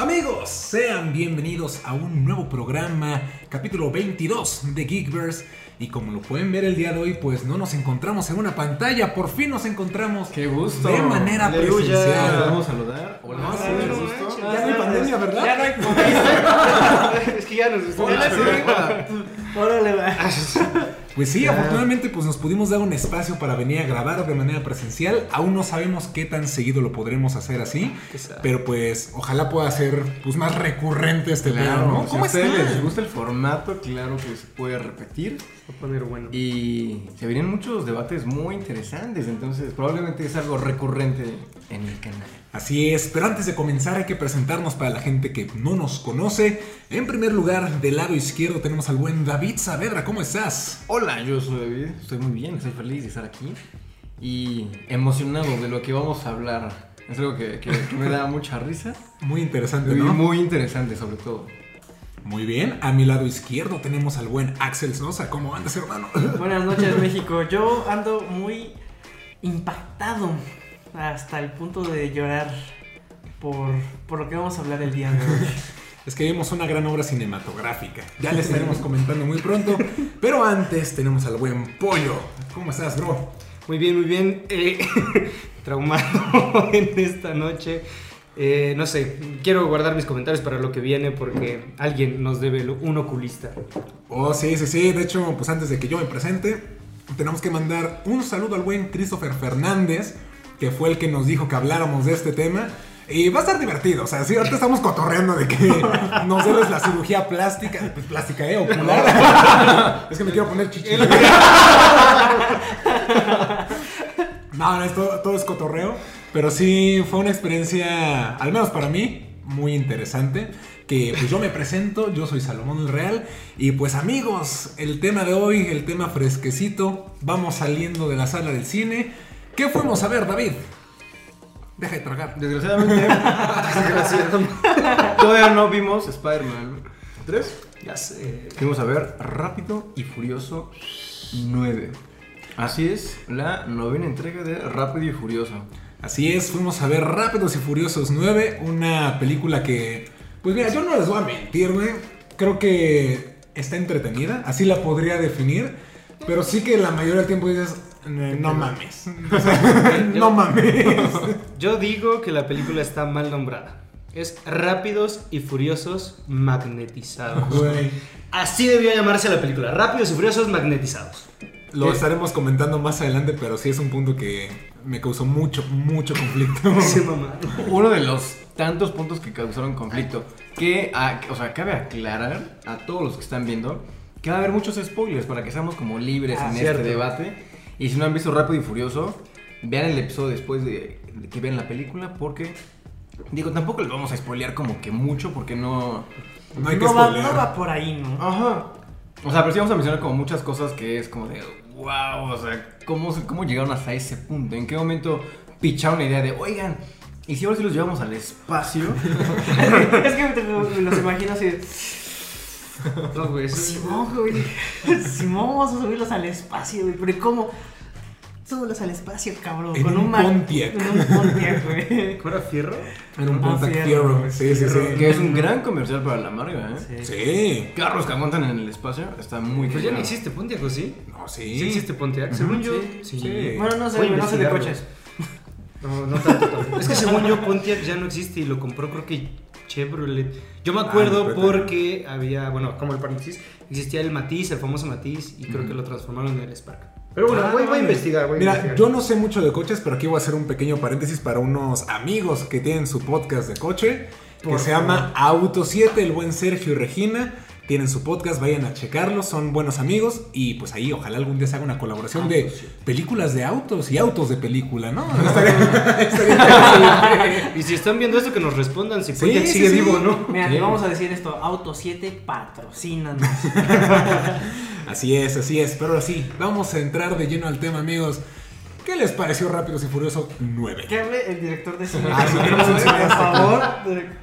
Amigos, sean bienvenidos a un nuevo programa, capítulo 22 de Geekverse. Y como lo pueden ver el día de hoy, pues no nos encontramos en una pantalla, por fin nos encontramos Qué gusto. de manera Aleluya. presencial. Ah, eh, Vamos a saludar. No, sí, Hola, mucho mucho gusto. gusto. ya no hay pandemia, ¿verdad? Ya no hay COVID. Es que ya nos gustó. Hola, sí. Órale, va. Pues sí, afortunadamente pues nos pudimos dar un espacio para venir a grabar de manera presencial. Aún no sabemos qué tan seguido lo podremos hacer así, pero pues ojalá pueda ser pues más recurrente este Claro, verano. si a ¿Cómo ustedes están? les gusta el formato, claro que se puede repetir. Va a poner bueno. Y se vienen muchos debates muy interesantes, entonces probablemente es algo recurrente en el canal. Así es, pero antes de comenzar hay que presentarnos para la gente que no nos conoce. En primer lugar, del lado izquierdo tenemos al buen David Saavedra. ¿Cómo estás? Hola, yo soy David, estoy muy bien, estoy feliz de estar aquí y emocionado de lo que vamos a hablar. Es algo que, que- que me da mucha risa Muy interesante, y ¿no? muy interesante sobre todo. Muy bien, a mi lado izquierdo tenemos al buen Axel Sosa. ¿Cómo andas, hermano? Buenas noches, México. Yo ando muy impactado hasta el punto de llorar por, por lo que vamos a hablar el día de hoy. Es que vimos una gran obra cinematográfica. Ya les estaremos comentando muy pronto. Pero antes tenemos al buen Pollo. ¿Cómo estás, bro? Muy bien, muy bien. Eh, traumado en esta noche. Eh, no sé, quiero guardar mis comentarios para lo que viene porque alguien nos debe lo- un oculista. Oh, sí, sí, sí. De hecho, pues antes de que yo me presente, tenemos que mandar un saludo al buen Christopher Fernández, que fue el que nos dijo que habláramos de este tema. Y va a estar divertido, o sea, sí, ahorita estamos cotorreando de que nos debes la cirugía plástica, pues plástica, eh, ocular. es que me quiero poner chichis. No, no, es todo, todo es cotorreo. Pero sí fue una experiencia, al menos para mí, muy interesante. Que pues yo me presento, yo soy Salomón el Real. Y pues amigos, el tema de hoy, el tema fresquecito. Vamos saliendo de la sala del cine. ¿Qué fuimos a ver, David? Deja de tragar. Desgraciadamente, todavía no vimos Spider-Man 3. Ya sé. Fuimos a ver Rápido y Furioso 9. Así es, la novena entrega de Rápido y Furioso. Así es, fuimos a ver Rápidos y Furiosos 9, una película que, pues mira, yo no les voy a mentir, güey. Creo que está entretenida, así la podría definir, pero sí que la mayoría del tiempo dices, "Eh, no mames. O sea, no mames. Yo digo que la película está mal nombrada. Es Rápidos y Furiosos Magnetizados. Güey, Así debió llamarse la película. Rápidos y Furiosos Magnetizados. lo estaremos comentando más adelante, pero sí es un punto que me causó mucho, mucho conflicto. Sí, mamá. Uno de los tantos puntos que causaron conflicto. Que, ah, o sea, cabe aclarar a todos los que están viendo que va a haber muchos spoilers para que seamos como libres Ah, en cierto. este debate. Y si no han visto Rápido y Furioso, vean el episodio después de, de que vean la película porque... Digo, tampoco les vamos a spoilear como que mucho porque no... No hay que va, spoilear. Ah. no va por ahí, ¿no? Ajá. O sea, pero sí vamos a mencionar como muchas cosas que es como de, wow, o sea, ¿cómo, se- cómo llegaron hasta ese punto? ¿En qué momento picharon la idea de, oigan, y si ahora sí los llevamos al espacio? es que me, me los imagino así de, No, güey. eso- Simón, güey. Simón, vamos a subirlos al espacio, güey. Pero ¿y ¿cómo? Súbelos al espacio, cabrón. En con un un, ma- Pontiac. En un Pontiac, güey. ¿Cómo era fierro? Era un Ah, Pontiac cierto, Fiero, Sí, sí, sí. que es un gran comercial para la marca, ¿eh? Sí. Carros que aguantan en el espacio, está muy Pues ya no callado. existe Pontiac, ¿o sí? No, Sí, existe Pontiac. Según yo, sí, sí. sí. Bueno, no sé, Voy a güey, no sé de investigarlo. coches. No, no tanto, tanto. Es que según yo, Pontiac ya no existe y lo compró, creo que Chevrolet. Yo me Ah, acuerdo perfecto. porque había, bueno, como el paréntesis, existía el Matiz, el famoso Matiz, y creo que lo transformaron en el Spark. Pero bueno, Ah, voy, voy a vale. investigar, voy a Mira, investigar. yo no sé mucho de coches, pero aquí voy a hacer un pequeño paréntesis para unos amigos que tienen su podcast de coche, que Por se llama Auto 7, el buen Sergio y Regina. Tienen su podcast, vayan a checarlo, son buenos amigos y pues ahí ojalá algún día se haga una colaboración de películas de autos y autos de película, ¿no? Estaría- y si están viendo esto, que nos respondan si Sí, Pontiac sí, sigue sí. vivo o no. Mira, Sí. te vamos a decir esto, Auto 7 patrocínanos. así es, así es, pero ahora sí, vamos a entrar de lleno al tema, amigos. ¿Qué les pareció Rápidos y Furioso 9? que hable el director de cine. Ah, sí, tenemos un Por cineasta. favor,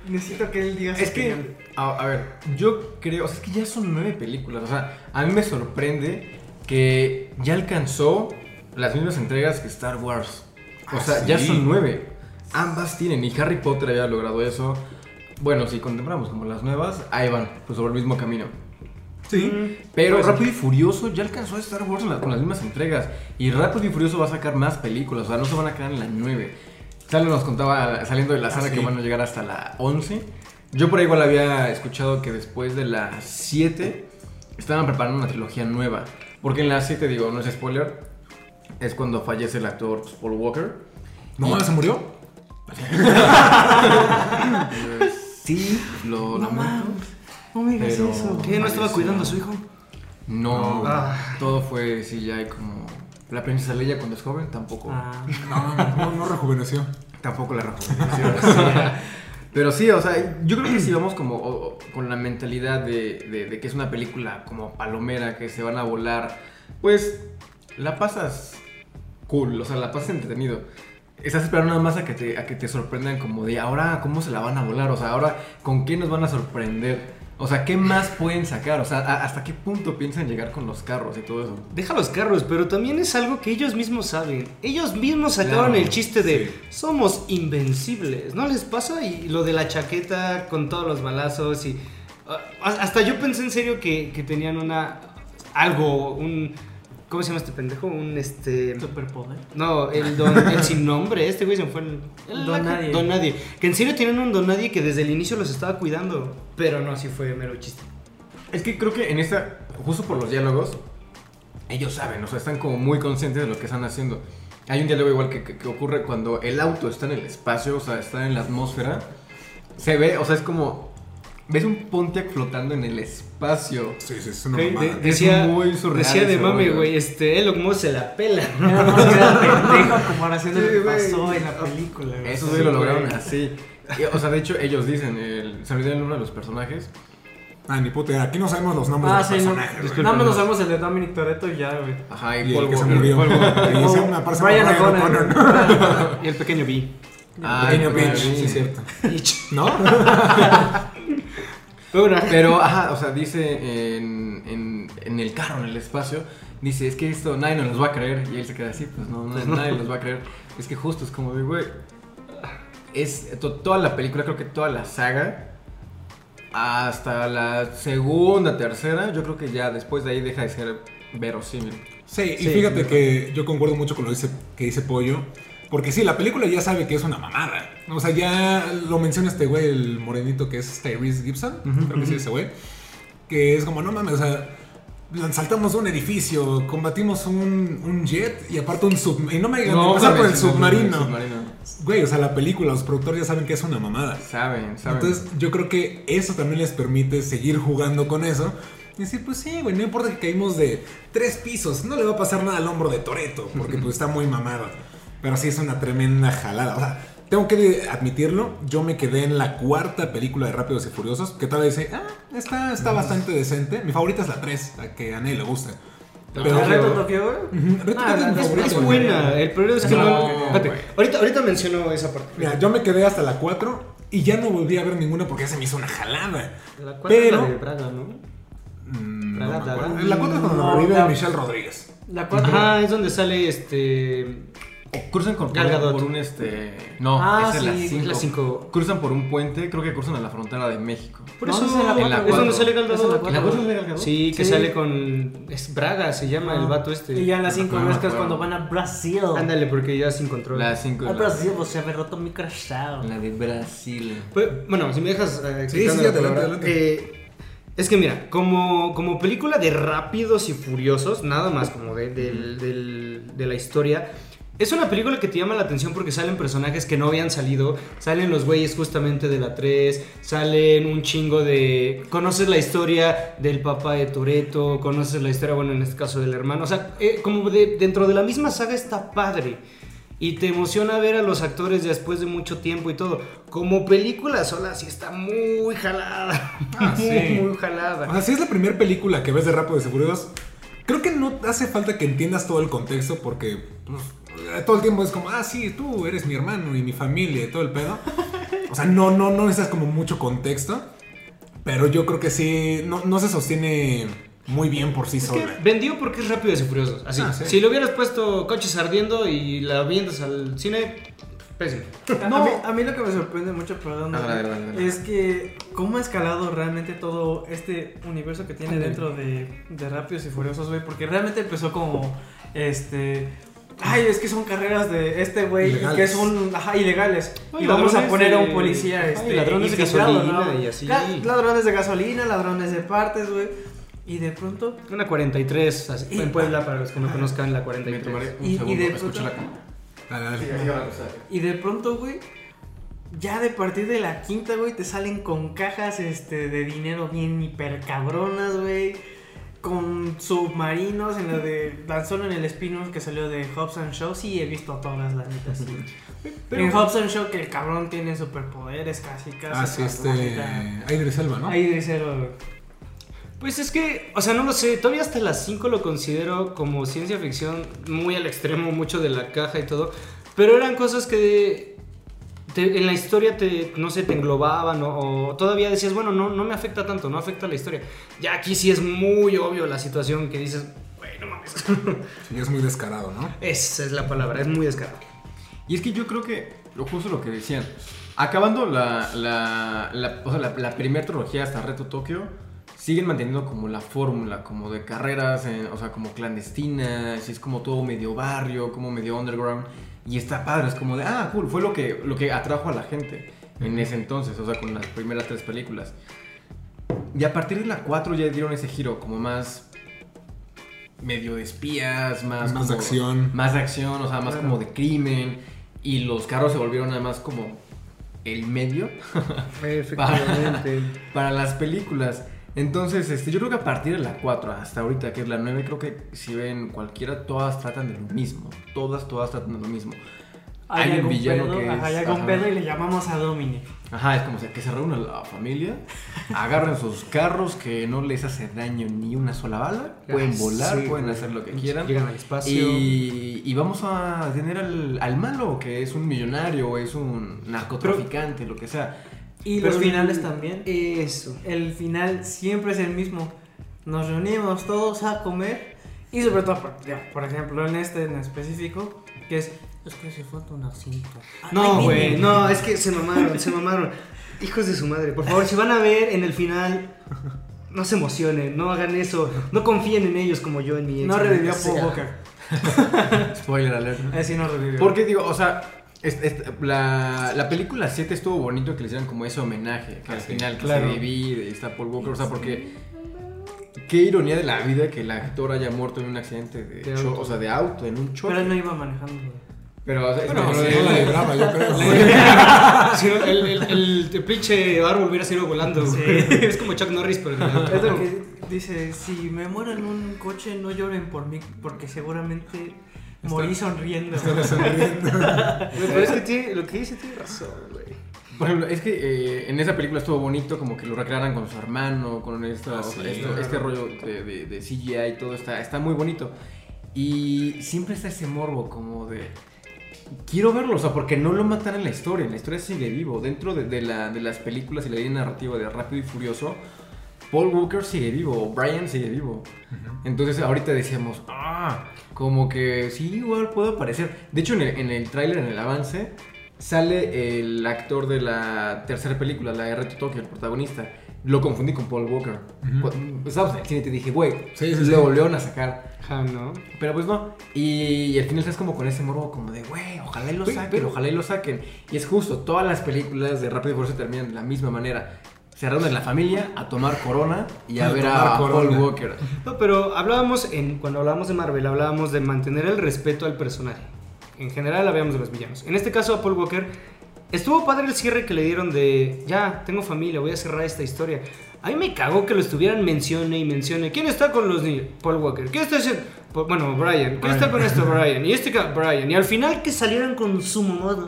necesito que él diga su Es que, opinión. a, a ver, yo creo, o sea, es que ya son nueve películas, o sea, a mí me sorprende que ya alcanzó las mismas entregas que Star Wars. O Ah, sea, sí. ya son nueve. Ambas tienen, y Harry Potter había logrado eso. Bueno, si contemplamos como las nuevas, ahí van, pues sobre el mismo camino. Sí. Pero Pues, Rápido y Furioso ya alcanzó a Star Wars en la- con las mismas entregas. Y Rápido y Furioso va a sacar más películas, o sea, no se van a quedar en la 9. Sale nos contaba saliendo de la sala sí. que van a llegar hasta la 11. Yo por ahí igual había escuchado que después de la 7 estaban preparando una trilogía nueva. Porque en la 7, digo, no es spoiler, es cuando fallece el actor pues, Paul Walker. ¿No mames, se murió? pues, Sí, lo No lamento. mames. No me digas Pero- eso. ¿Qué? ¿No estaba Parece- cuidando a su hijo? No, Ah. todo fue CGI como la princesa Leia cuando es joven, tampoco. Ah, No mames, no, no rejuveneció. Tampoco la rejuveneció. Pero sí, o sea, yo creo que si vamos como o- o con la mentalidad de, de- de que es una película como palomera, que se van a volar, pues la pasas cool, o sea, la pasas entretenido. Estás esperando nada más a que te, a que te sorprendan como de ahora cómo se la van a volar, o sea, ahora con qué nos van a sorprender. O sea, ¿qué más pueden sacar? O sea, ¿a- ¿hasta qué punto piensan llegar con los carros y todo eso? Deja los carros, pero también es algo que ellos mismos saben. Ellos mismos sacaron Claro, el chiste de sí. somos invencibles. ¿No les pasa? Y lo de la chaqueta con todos los balazos y. ah, hasta yo pensé en serio que, que tenían una. algo, un. ¿Cómo se llama este pendejo? Un este. superpoder. No, el don, el sin nombre, este güey se me fue el, el- Don Nadie. Don Nadie. Que en serio tienen un don nadie que desde el inicio los estaba cuidando. Pero no, así fue mero chiste. Es que creo que en esta, justo por los diálogos, ellos saben, o sea, están como muy conscientes de lo que están haciendo. Hay un diálogo igual que, que- que ocurre cuando el auto está en el espacio, o sea, está en la atmósfera. Se ve, o sea, es como. ¿Ves un Pontiac flotando en el espacio? Sí, sí, es una Ok, mamada. de- decía, muy surreal decía de ese mame, rollo. güey, este, Elon Musk se la pela, ¿no? Era más que era pendejo como ahora haciendo lo Sí, que güey. pasó en la película. güey. Eso Sí, sí lo güey. lograron así. Y, O sea, de hecho, ellos dicen, el, se olvidó el nombre de los personajes. Ah, ni puta idea. Aquí no sabemos los nombres Ah, de sí, los no. personajes. güey. Nada más nos sabemos el de Dominic Toretto y ya, güey. Ajá, Y y, el Paul que se Walker. murió. Paul Walker. Y se me aparece Ryan Ryan O'Connor. O'Connor. Y el pequeño B. Ah, Pequeño Paul pinch, Walker. sí, es cierto. Pero ¿No? bueno, Pero, ajá, o sea, dice en, en, en el carro, en el espacio, dice, es que esto nadie nos los va a creer. Y él se queda así, pues no, na- nadie los va a creer. Es que justo es como, de, güey, es to- toda la película, creo que toda la saga, hasta la segunda, tercera, yo creo que ya después de ahí deja de ser verosímil. Sí, y Sí, fíjate sí. que yo concuerdo mucho con lo dice, que dice Pollo. Porque sí, la película ya sabe que es una mamada. O sea, ya lo menciona este güey, el morenito que es este Reese Gibson. creo que sí, ese güey. Que es como, no mames, o sea, saltamos de un edificio, combatimos un, un jet y aparte un submarino. Y no me digan, empezar por el mames, no, no, el submarino. submarino. Güey, o sea, la película, los productores ya saben que es una mamada. Saben, saben. Entonces, yo creo que eso también les permite seguir jugando con eso. Y decir, pues sí, güey, no importa que caímos de tres pisos, no le va a pasar nada al hombro de Toreto, porque pues está muy mamado. Pero sí es una tremenda jalada. O sea, tengo que de- admitirlo, yo me quedé en la cuarta película de Rápidos y Furiosos, que tal vez dice, ah, está, está bastante decente. Mi favorita es la 3, la que a nadie le gusta. Pero, ¿El reto Tokio, güey? Ujú, Reto Ah, Tokio la- mi es- favorita, es güey. buena. El problema es que no. No, espérate, güey. ahorita, ahorita menciono esa parte. Mira, yo me quedé hasta la 4 y ya no volví a ver ninguna porque ya se me hizo una jalada. La cuatro es la de Braga, ¿no? Mm, Braga, no me Braga. acuerdo. La 4 es cuando No, revive la- a Michelle Rodríguez. La 4. Ajá, es donde sale este. Cruzan con- Gal Gadot. por un este. No, Ah, esa sí, es la la cinco. 5. Cruzan por un puente, creo que cruzan a la frontera de México. Por No, eso esa es la cuatro, es güey. donde sale Gal Esa es la Gadot. cuatro. es Gal Gadot? Sí, que Sí. sale con. Es Braga, se llama el vato este. Y ya en las 5 No me es acuerdo. cuando van a Brasil. Ándale, porque ya sin control. La 5. A Brasil, o sea, me roto mi crashado. La de Brasil. Pues, bueno, si me dejas. eh, Sí, sí, explicando la adelante, palabra, adelante. eh, es que mira, como, como película de rápidos y furiosos, nada más como de, del- del- de la historia. Es una película que te llama la atención porque salen personajes que no habían salido. Salen los güeyes justamente de la 3. Salen un chingo de. Conoces la historia del papá de Toreto. Conoces la historia, bueno, en este caso del hermano. O sea, eh, como de- dentro de la misma saga está padre. Y te emociona ver a los actores después de mucho tiempo y todo. Como película sola sí está muy jalada. Ah, muy, sí. muy jalada. O sea, si es la primera película que ves de Rápido de Seguros, creo que no hace falta que entiendas todo el contexto porque pues, todo el tiempo es como, ah, sí, tú eres mi hermano y mi familia y todo el pedo. O sea, no, no, no necesitas como mucho contexto, pero yo creo que sí, no, no se sostiene muy bien por sí Es que sola. vendió porque es rápido y furiosos. Así. Ah, sí. Si le hubieras puesto coches ardiendo y la vienes al cine, Pésimo. A, mí, a mí lo que me sorprende mucho, perdón, Dale, dale, dale, dale. es que cómo ha escalado realmente todo este universo que tiene Ándale. dentro de, de Rápidos y Furiosos, güey, porque realmente empezó como, este, ay, es que son carreras de este güey, Ilegales. que son, ajá, ilegales, Ay, y vamos a ladrones poner a un de- policía, ay, este, ladrones de infiltrado, gasolina y así. Ca- Ladrones de gasolina, ladrones de partes, güey, y de pronto, Una 43, así, en Puebla, para los que no conozcan la Me 43. tomaré un Y- y segundo de para escuchar pronto- la- Dale, dale. y de pronto, güey, ya de partir de la quinta, güey, te salen con cajas este, de dinero bien hipercabronas, güey. Con submarinos en la de. Tan solo en el spin-off que salió de Hobbs and Shaw, sí he visto todas, la neta, sí. en Hobbs and Shaw, que el cabrón tiene superpoderes casi, casi. Ah, sí, la este. neta. Idris Elba, ¿no? Ahí dice lo- Pues es que, o sea, no lo sé, todavía hasta las 5 lo considero como ciencia ficción muy al extremo, mucho de la caja y todo, pero eran cosas que te- en la historia te, no sé, te englobaban o, o todavía decías, bueno, no, no me afecta tanto, no afecta a la historia. Ya aquí sí es muy obvio la situación que dices, güey, no mames. Sí, es muy descarado, ¿no? Esa es la palabra, es muy descarado. Y es que yo creo que, lo justo lo que decían, acabando la, la, la, o sea, la, primera trilogía hasta Reto Tokio, siguen manteniendo como la fórmula, como de carreras, en- o sea, como clandestinas, y es como todo medio barrio, como medio underground, y está padre, es como de, ah, cool, fue lo que, lo que atrajo a la gente en ese entonces, o sea, con las primeras tres películas. Y a partir de la 4 ya dieron ese giro como más medio de espías, más... Más como- acción. Más de acción, o sea, más como de crimen. Y los carros se volvieron nada más como el medio Efectivamente. para las películas. Entonces, este, yo creo que a partir de la 4 hasta ahorita, que es la 9, creo que si ven cualquiera, todas tratan de lo mismo. Todas, todas tratan de lo mismo. Hay un algún villano pedo, que ajá, es- hay algún ajá. pedo y le llamamos a Dominic. Ajá, es como o sea, que se reúna la familia, agarran sus carros que no les hace daño ni una sola bala, pueden volar, Sí, pueden güey. hacer lo que quieran. Llegan al espacio. Y, y vamos a tener al, al malo, que es un millonario, es un narcotraficante, lo que sea. Y Pero los el- finales también. Eso. El final siempre es el mismo. Nos reunimos todos a comer. Y sobre todo, por, ya, por ejemplo, en este en específico, que es... Es que se falta un asiento. Ah, No, ahí güey, viene. no, es que se mamaron, se mamaron. Hijos de su madre, por favor, si van a ver en el final, no se emocionen, no hagan eso, no confíen en ellos como yo en mi ex. No revivió O sea, Paul Walker. Spoiler alert. Así no revivió. Porque digo, o sea, es- es- la, la película 7 estuvo bonito que le hicieran como ese homenaje, que al final que claro. se divide y está Paul Walker, o sea, porque qué ironía de la vida que el actor haya muerto en un accidente de, De cho- auto. o sea, de auto, en un choque. Pero él no iba manejando, güey. Pero, o sea, Bueno, pero- sí, no la libraba, yo creo. Si no, el, el, el, el pinche árbol hubiera sido volando. Sí. güey. Es como Chuck Norris, pero. en el auto. Es lo que dice, si me muero en un coche, no lloren por mí, porque seguramente morí sonriendo. Güey, Pero es que tiene- lo que dice tiene razón, güey. Por ejemplo, es que eh, en esa película estuvo bonito como que lo recrearan con su hermano, con esta- Ah, sí, esto- claro. este rollo de, de- de CGI y todo, está, está muy bonito. Y siempre está ese morbo como de... Quiero verlo, o sea, porque no lo matan en la historia, en la historia sigue vivo. Dentro de, de la- de las películas y la línea narrativa de Rápido y Furioso, Paul Walker sigue vivo, Brian sigue vivo. Entonces ahorita decíamos, ah, como que sí, igual puede aparecer. De hecho, en el, en el tráiler, en el avance, sale el actor de la tercera película, la de Reto Tokio, el protagonista. Lo confundí con Paul Walker. Pues, Estábamos en el cine y te dije, güey, Sí, sí, sí. lo volvieron a sacar. Ja, Ah, ¿no? Pero pues no. Y, y al final estás como con ese morbo, como de, güey, ojalá y lo Güey, saquen, pero- ojalá y lo saquen. Y es justo, todas las películas de Rápido y Furioso terminan de la misma manera. Se reúnen la familia a tomar corona y a, A ver tomar a Paul Corona. Walker. No, pero hablábamos en cuando hablábamos de Marvel, hablábamos de mantener el respeto al personaje. En general hablábamos de los villanos. En este caso a Paul Walker estuvo padre el cierre que le dieron de ya, tengo familia, voy a cerrar esta historia. A mí me cagó que lo estuvieran mencione y mencione. ¿Quién está con los niños? Paul Walker. ¿Quién está haciendo? Po- Bueno, Brian. ¿Quién está con esto? Brian. Y este ca- Brian. Y al final que salieran con su mamada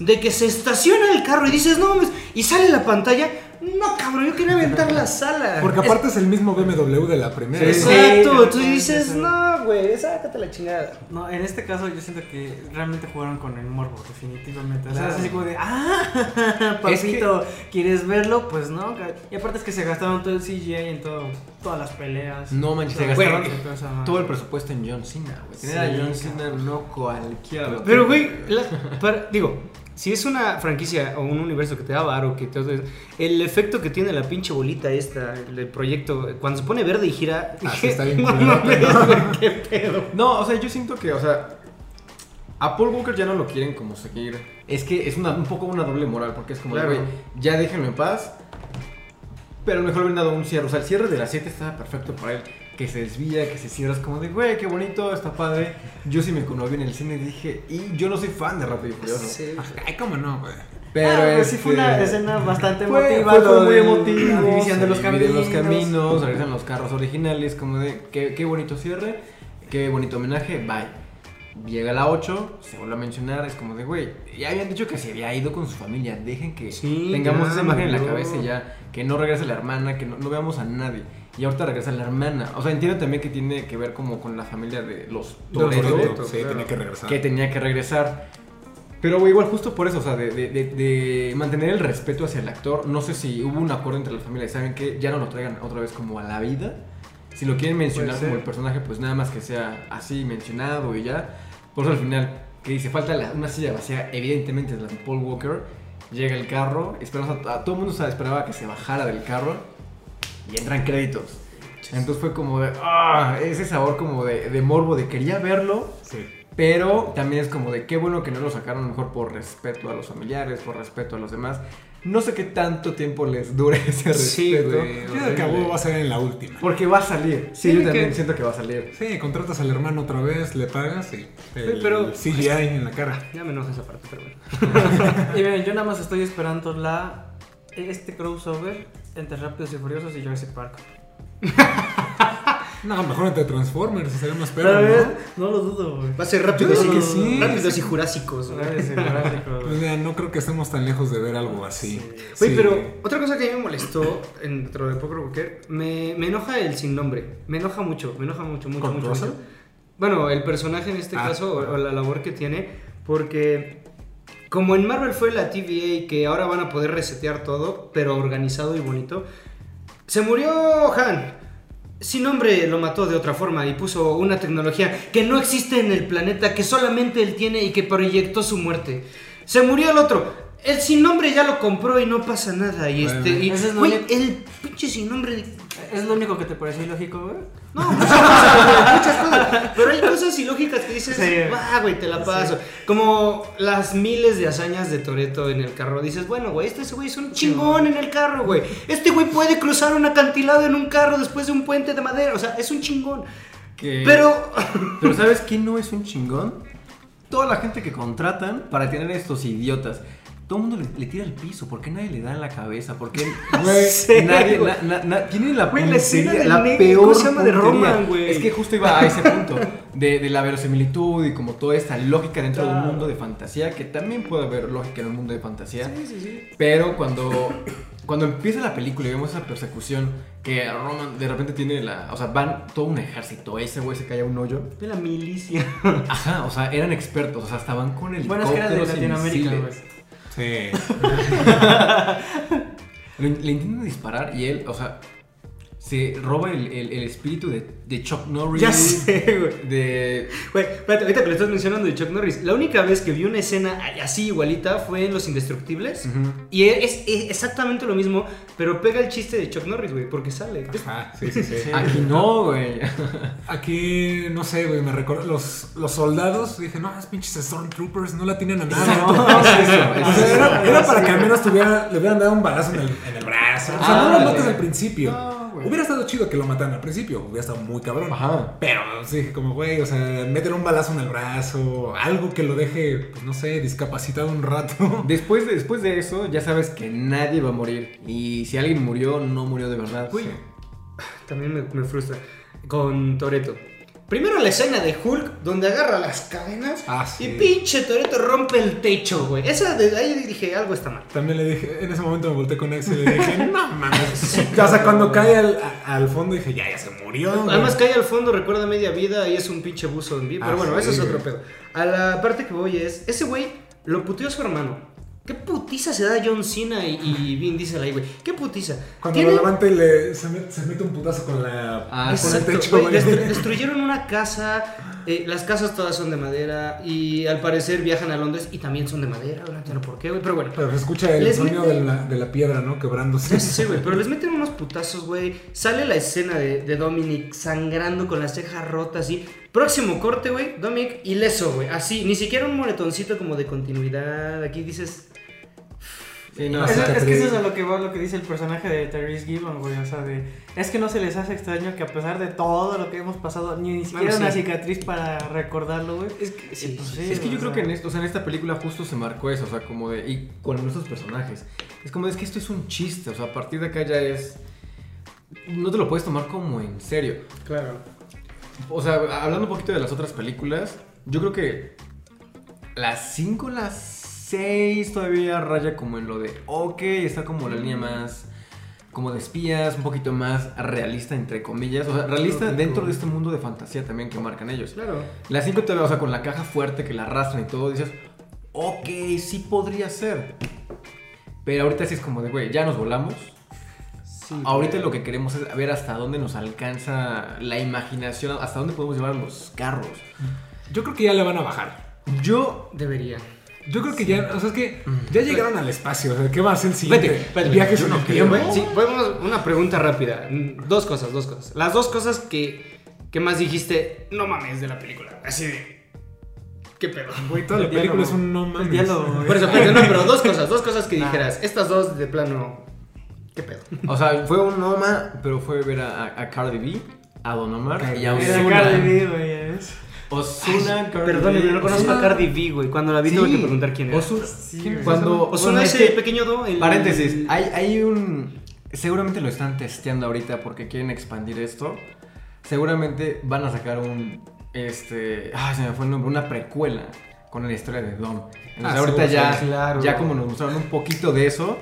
de que se estaciona el carro y dices, "No mames", y sale la pantalla. No, cabrón, yo quería aventar la sala. Porque aparte es el mismo BMW de la primera. Sí. ¿no? Exacto, Sí, tú sí, dices, sí, sí. no, güey, sácate la chingada. No, en este caso yo siento que realmente jugaron con el morbo, definitivamente. O sea, es Claro. así como de, ah, Es que- papito, ¿quieres verlo? Pues no. ca- Y aparte es que se gastaron todo el CGI en todo, todas las peleas. No manches, se Güey, gastaron toda esa madre. todo el presupuesto en John Cena, güey. Tener Sí, a John Cena no cualquiera. lo Pero, tiene, güey, la- para- digo, si es una franquicia o un universo que te da varo, que te el efecto que tiene la pinche bolita esta, el, el proyecto, cuando se pone verde y gira, Ah, sí, dije, está bien "No culero, mames, ¿no?" güey, qué pedo. No, o sea, yo siento que, o sea, a Paul Walker ya no lo quieren como seguir. Es que es una, un poco una doble moral, porque es como, de, Claro. güey, ya déjenlo en paz. Pero mejor hubieran dado un cierre. O sea, el cierre de las 7 estaba perfecto para él. Que se desvía, que se cierra. Es como de, güey, qué bonito, está padre. Yo sí me conocí en el cine dije, y yo no soy fan de Rápido y Furioso. Sí. Ay, cómo no, güey. Pero este, Ah, es sí fue una escena bastante fue, emotiva. fue- fue lo muy del- emotivo. la división de se los dividen caminos. los caminos, regresan los carros originales, como de qué, qué bonito cierre, qué bonito homenaje, bye. Llega la 8, se vuelve a mencionar, es como de, güey, ya habían dicho que se había ido con su familia, dejen que Sí, tengamos ya, esa imagen en la no. cabeza y ya, que no regrese la hermana, que no, no veamos a nadie. Y ahorita regresa la hermana. O sea, entiendo también que tiene que ver como con la familia de los Toretto, Toretto. sí, claro. tenía que regresar. que tenía que regresar. Pero güey, igual justo por eso, o sea, de, de- de- de mantener el respeto hacia el actor, no sé si hubo un acuerdo entre la familia, saben que ya no lo traigan otra vez como a la vida. Si lo quieren mencionar Puede como ser. el personaje, pues nada más que sea así mencionado y ya. Por eso al final, que dice, falta la- una silla vacía, evidentemente es la de Paul Walker, llega el carro, esperamos a, a- todo el mundo o sea, esperaba que se bajara del carro y entran créditos. Entonces fue como de, ah, ese sabor como de, de morbo, de quería verlo, Sí. pero también es como de qué bueno que no lo sacaron mejor por respeto a los familiares, por respeto a los demás. No sé qué tanto tiempo les dure ese respeto. Sí, güey. Yo creo que a huevo va a ser en la última. Porque va a salir. Sí, Tiene yo también que- siento que va a salir. Sí, contratas al hermano otra vez, le pagas y el pero- CGI en la cara. Ya me enoja esa parte, pero bueno. Y miren, yo nada más estoy esperando la este crossover entre Rápidos y Furiosos y Jurassic Park. No, mejor entre Transformers, sería más Pero, perro, ¿no? no lo dudo, güey. Va a ser Yo rápido. digo no, que no, sí. Rápidos y jurásicos. güey. Jurassic, Jurassic, O güey. sea, Pues no creo que estemos tan lejos de ver algo así. Oye, Sí. pero otra cosa que a mí me molestó en- dentro de Poker Walker, me, me enoja el sin nombre. Me enoja mucho, me enoja mucho, mucho, ¿Con mucho, Russell? mucho. Bueno, el personaje en este Ah. caso, o, o la labor que tiene, porque como en Marvel fue la TVA, que ahora van a poder resetear todo, pero organizado y bonito, se murió Han. Sin nombre lo mató de otra forma y puso una tecnología que no existe en el planeta, que solamente él tiene y que proyectó su muerte. Se murió el otro. El sin nombre ya lo compró y no pasa nada. Y Bueno, este. y- ese es güey, lo que- el pinche sin nombre. de- Es lo único que te pareció ilógico, güey. No, pues, muchas cosas, muchas cosas. Pero hay cosas ilógicas que dices, Sí. va, güey, te la paso. Como las miles de hazañas de Toreto en el carro. Dices, bueno, güey, este ese güey es un chingón en el carro, güey. Este güey puede cruzar un acantilado en un carro después de un puente de madera. O sea, es un chingón. Que- Pero. Pero ¿sabes quién no es un chingón? Toda la gente que contratan para tener a estos idiotas. Todo el mundo le, le tira el piso. ¿Por qué nadie le da en la cabeza? ¿Por qué Güey, Sí, nadie, güey. na- na- na- tienen la, Güey, la puntería, escena del la negro, peor ¿cómo se llama? De puntería. Roman, güey. Es que justo iba a ese punto de, de la verosimilitud y como toda esta lógica dentro de un Claro. mundo de fantasía, que también puede haber lógica en un mundo de fantasía. Pero cuando, cuando empieza la película y vemos esa persecución que Roman de repente tiene la... O sea, van todo un ejército, ese güey se cae a un hoyo. De la milicia. Ajá, o sea, eran expertos, o sea, estaban con el Bueno, es que era de Latinoamérica, güey. Sí. Le, le intentan disparar y él, o sea, se roba el, el- el espíritu de, de Chuck Norris. Ya sé, güey. De. Güey, espérate, ahorita que lo estás mencionando de Chuck Norris, la única vez que vi una escena así igualita fue en Los Indestructibles. Y es, es exactamente lo mismo, pero pega el chiste de Chuck Norris, güey, porque sale. Ajá, sí, sí, sí. Aquí no, güey. Aquí, no sé, güey, me recuerdo. Los, los soldados, dije, no, es pinches Stormtroopers, no la tienen a nada. No, es O eso, es sea, eso. era, era para que al menos tuviera, le hubieran dado un balazo en el, en el brazo. O sea, Ah, no lo matas güey. al principio. No, güey. hubiera estado chido que lo mataran al principio, hubiera estado muy cabrón. Ajá. Pero sí, como güey, o sea, meter un balazo en el brazo, algo que lo deje, pues, no sé, discapacitado un rato. Después, de- después de eso, ya sabes que nadie va a morir. Y si alguien murió, no murió de verdad. Güey, Sí. También me, me frustra. Con Toreto. Primero la escena de Hulk, donde agarra las cadenas Ah, sí. y pinche Toreto rompe el techo, güey. Esa de ahí dije, algo está mal. También le dije, en ese momento me volteé con Axel y le dije, no mames. O sea, cuando cae al, a- al fondo dije, ya, ya se murió. güey. Además cae al fondo, recuerda media vida y es un pinche buzo en vivo. Ah, Pero bueno, sí, eso es güey. otro pedo. A la parte que voy es, ese güey lo puteó a su hermano. ¿Qué putiza se da John Cena y, y Vin Diesel ahí, güey? ¿Qué putiza? Cuando Tienen- lo levanta y le, se, met- se mete un putazo con la. Ah, con el Exacto, techo, güey, güey. destru- destruyeron una casa, eh, las casas todas son de madera y al parecer viajan a Londres y también son de madera, ahora entiendo por qué, güey, pero bueno. Pero se escucha el Les sonido mete- de la, de la piedra, ¿no? Quebrándose. Sí, sí, sí, güey, pero les meten unos putazos, güey. Sale la escena de, de Dominic sangrando con las cejas rotas y... Próximo corte, güey, Dominic ileso, güey, así, ni siquiera un moretoncito como de continuidad, aquí dices... Sí, no, Ah, Es, sí, es que Catriel. eso es a lo que va lo que dice el personaje de Therese Gibbon, güey. O sea, de, es que no se les hace extraño que a pesar de todo lo que hemos pasado, ni, ni siquiera Bueno, una sí. cicatriz para recordarlo, güey. Es que, Sí, pues sí, es que o yo creo sea. que en, esto, o sea, en esta película justo se marcó eso, o sea, como de. Y con nuestros personajes. Es como, es que esto es un chiste, o sea, a partir de acá ya es. No te lo puedes tomar como en serio. Claro. O sea, hablando un poquito de las otras películas, yo creo que las 5, las 6 todavía raya como en lo de, ok, está como la línea más, como de espías, un poquito más realista, entre comillas. O sea, realista Lógico. dentro de este mundo de fantasía también que marcan ellos. Claro. Las 5 todavía, o sea, con la caja fuerte que la arrastran y todo, dices, ok, sí podría ser. Pero ahorita sí es como de, güey, ya nos volamos. Sí, Ahorita lo que queremos es ver hasta dónde nos alcanza la imaginación, hasta dónde podemos llevar los carros. Yo creo que ya le van a bajar. Yo, Debería. Yo creo que ya. O sea, es que ya llegaron al espacio. O sea, ¿qué va a hacer el siguiente? Vete, vete, Viajes yo en no el creo, tiempo. ¿eh? Sí, podemos- una pregunta rápida. Mm, Dos cosas, dos cosas. Las dos cosas que, que más dijiste, no mames, de la película. Así de. ¿Qué pedo? Güey, toda la película es un no mames. El diálogo, güey. Por eso, pero, no, pero dos cosas, dos cosas que Nah. dijeras. Estas dos de plano. ¿Qué pedo? o sea, fue un Noma, pero fue ver a, a- a Cardi B, a Don Omar y a Era Cardi Ozuna. B, güey. es- Ozuna, Cardi B. Perdóneme, no conozco a Ozuna. Cardi B, güey. Cuando la vi tuve que preguntar quién era. Ozuna. güey. Cuando, Ozuna bueno, es es que- el pequeño do. el- Paréntesis, hay, hay un... Seguramente lo están testeando ahorita porque quieren expandir esto. Seguramente van a sacar un... Este... Ay, se me fue el nombre. Una precuela con la historia de Dom. Entonces Ah, ahorita seguro, ya, sí, claro. ya como nos mostraron un poquito de eso.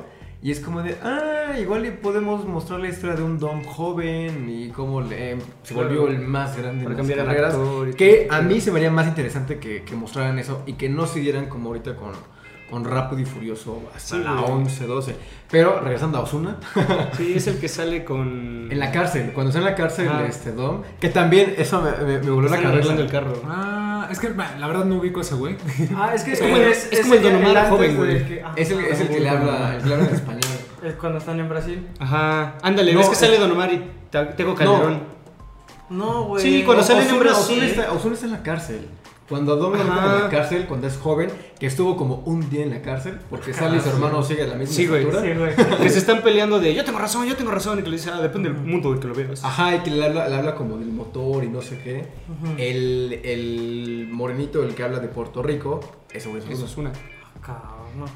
Y es como de, ah, igual le podemos mostrar la historia de un Dom joven y cómo le- em, se volvió el más grande en Para las cambiar al carreras. actor y Que a mí se me haría más interesante que, que mostraran eso y que no siguieran como ahorita con, con Rápido y Furioso hasta Sí, la güey. 11, 12. Pero regresando a Osuna, Sí, es el que sale con. en la cárcel, cuando está en la cárcel, Ah. este Dom, que también eso me, me, me voló la Están cabeza. arreglando el carro. Ah, es que bah, la verdad no ubico a ese güey. Ah, es que Es como el- es como el ese- Don Omar antes joven, del güey. que- ah, Es el, es el que le habla, el que le habla en español. Es cuando están en Brasil. Ajá. eh, Ándale, No, ves que es- sale Don Omar y Ta- Tego Calderón. No, güey. Sí, cuando sale- Salen en Ozuna- Brasil. Ozuna está, Ozuna está en la cárcel. Cuando a Dom lo Ajá. meten en la cárcel, cuando es joven, que estuvo como un día en la cárcel, porque sale y su hermano sigue a la misma Sí, güey. estatura. Sí, güey. Que se están peleando de yo tengo razón, yo tengo razón. Y que le dice, ah, depende del mundo de que lo veas. Ajá, y que le habla, le habla como del motor y no sé qué. el, el morenito, el que habla de Puerto Rico, ese güey es Eso ruso. es una. Cabrón,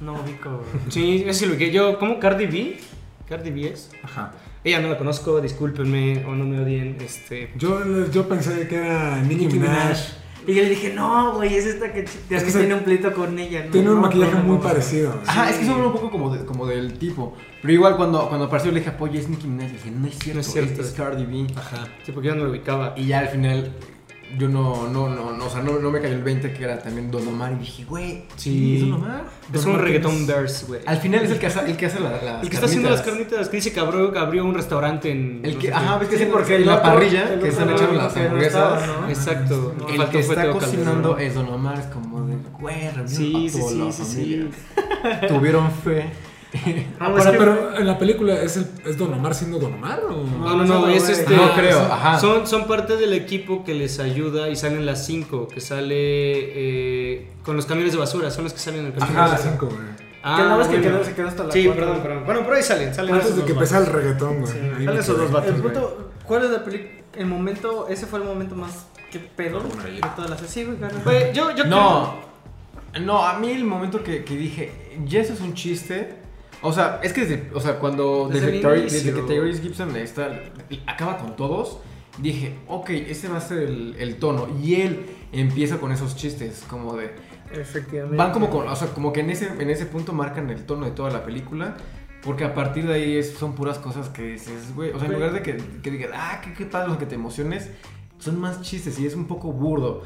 no, no ubico, güey. Sí, es lo que yo. ¿Cómo Cardi B? Cardi B es. Ajá. Ella no la conozco, discúlpenme o no me odien. Este. Yo, yo pensé que era Nicki Minaj. Y yo le dije, no, güey, es esta que ch- también que se- tiene un pleito con ella. ¿no? Tiene un No, maquillaje no, no, muy no. parecido. güey. Ajá, es que son un poco como, de- como del tipo. Pero igual cuando, cuando apareció le dije, oye, es Nicki Minaj. Le dije, no es cierto, No no es es, cierto. es Cardi B. Ajá. Sí, porque yo no la ubicaba. Y ya al final, yo no, no, no, no, o sea, no, no me cayó el 20 que era también Don Omar. Y dije, güey, Sí. ¿es Don Omar? Es un reggaetón verse, güey. Al final es el que hace, el que hace la, las El que está haciendo las carnitas. carnitas, que dice que abrió, que abrió un restaurante en. El no que, sé ajá, qué. ves que sí, Sí, porque el en la otro- parrilla el que están otro echando amigo las que no hamburguesas. estaba, ¿no? Exacto. El Faltó que fue está Teo cocinando Calderón. es Don Omar, es como de, güey, reunión Sí, pa' sí, toda la sí, sí, sí. familia". Tuvieron fe. Ah, O pues sea, que- pero en la película es, el- es Don Omar siendo Don Omar o No, no, no, No, es güey. este. No creo, son- ajá. Son, son parte del equipo que les ayuda y salen las 5, que sale eh, con los camiones de basura, son los que salen en el camión Ajá, de las basura. cinco, güey. Ah, Que nada más que bueno. quedó- se quedó hasta la Sí, cuatro. perdón, perdón. Bueno, pero ahí salen, salen Antes esos de dos que vatos. empezara el reggaetón, güey. Sí. Ahí Salen me esos quedé. dos vatos. El punto, ¿cuál es la película? El momento, ese fue el momento más que pedo de todas las. Sí, güey, claro. Güey, yo, yo No, no, a mí el momento que, que dije, ya eso es un chiste. O sea, es que desde, o sea, cuando Desde desde, el Terry- inicio. desde que Tyrese Gibson está, acaba con todos, dije, ok, este va a ser el, el tono. Y él empieza con esos chistes, como de, Efectivamente. Van como con, o sea, como que en ese, en ese punto marcan el tono de toda la película. Porque a partir de ahí es- son puras cosas que dices, güey. O sea, en lugar de que, que digas, ah, qué, qué padre, o sea, que te emociones, son más chistes y es un poco burdo.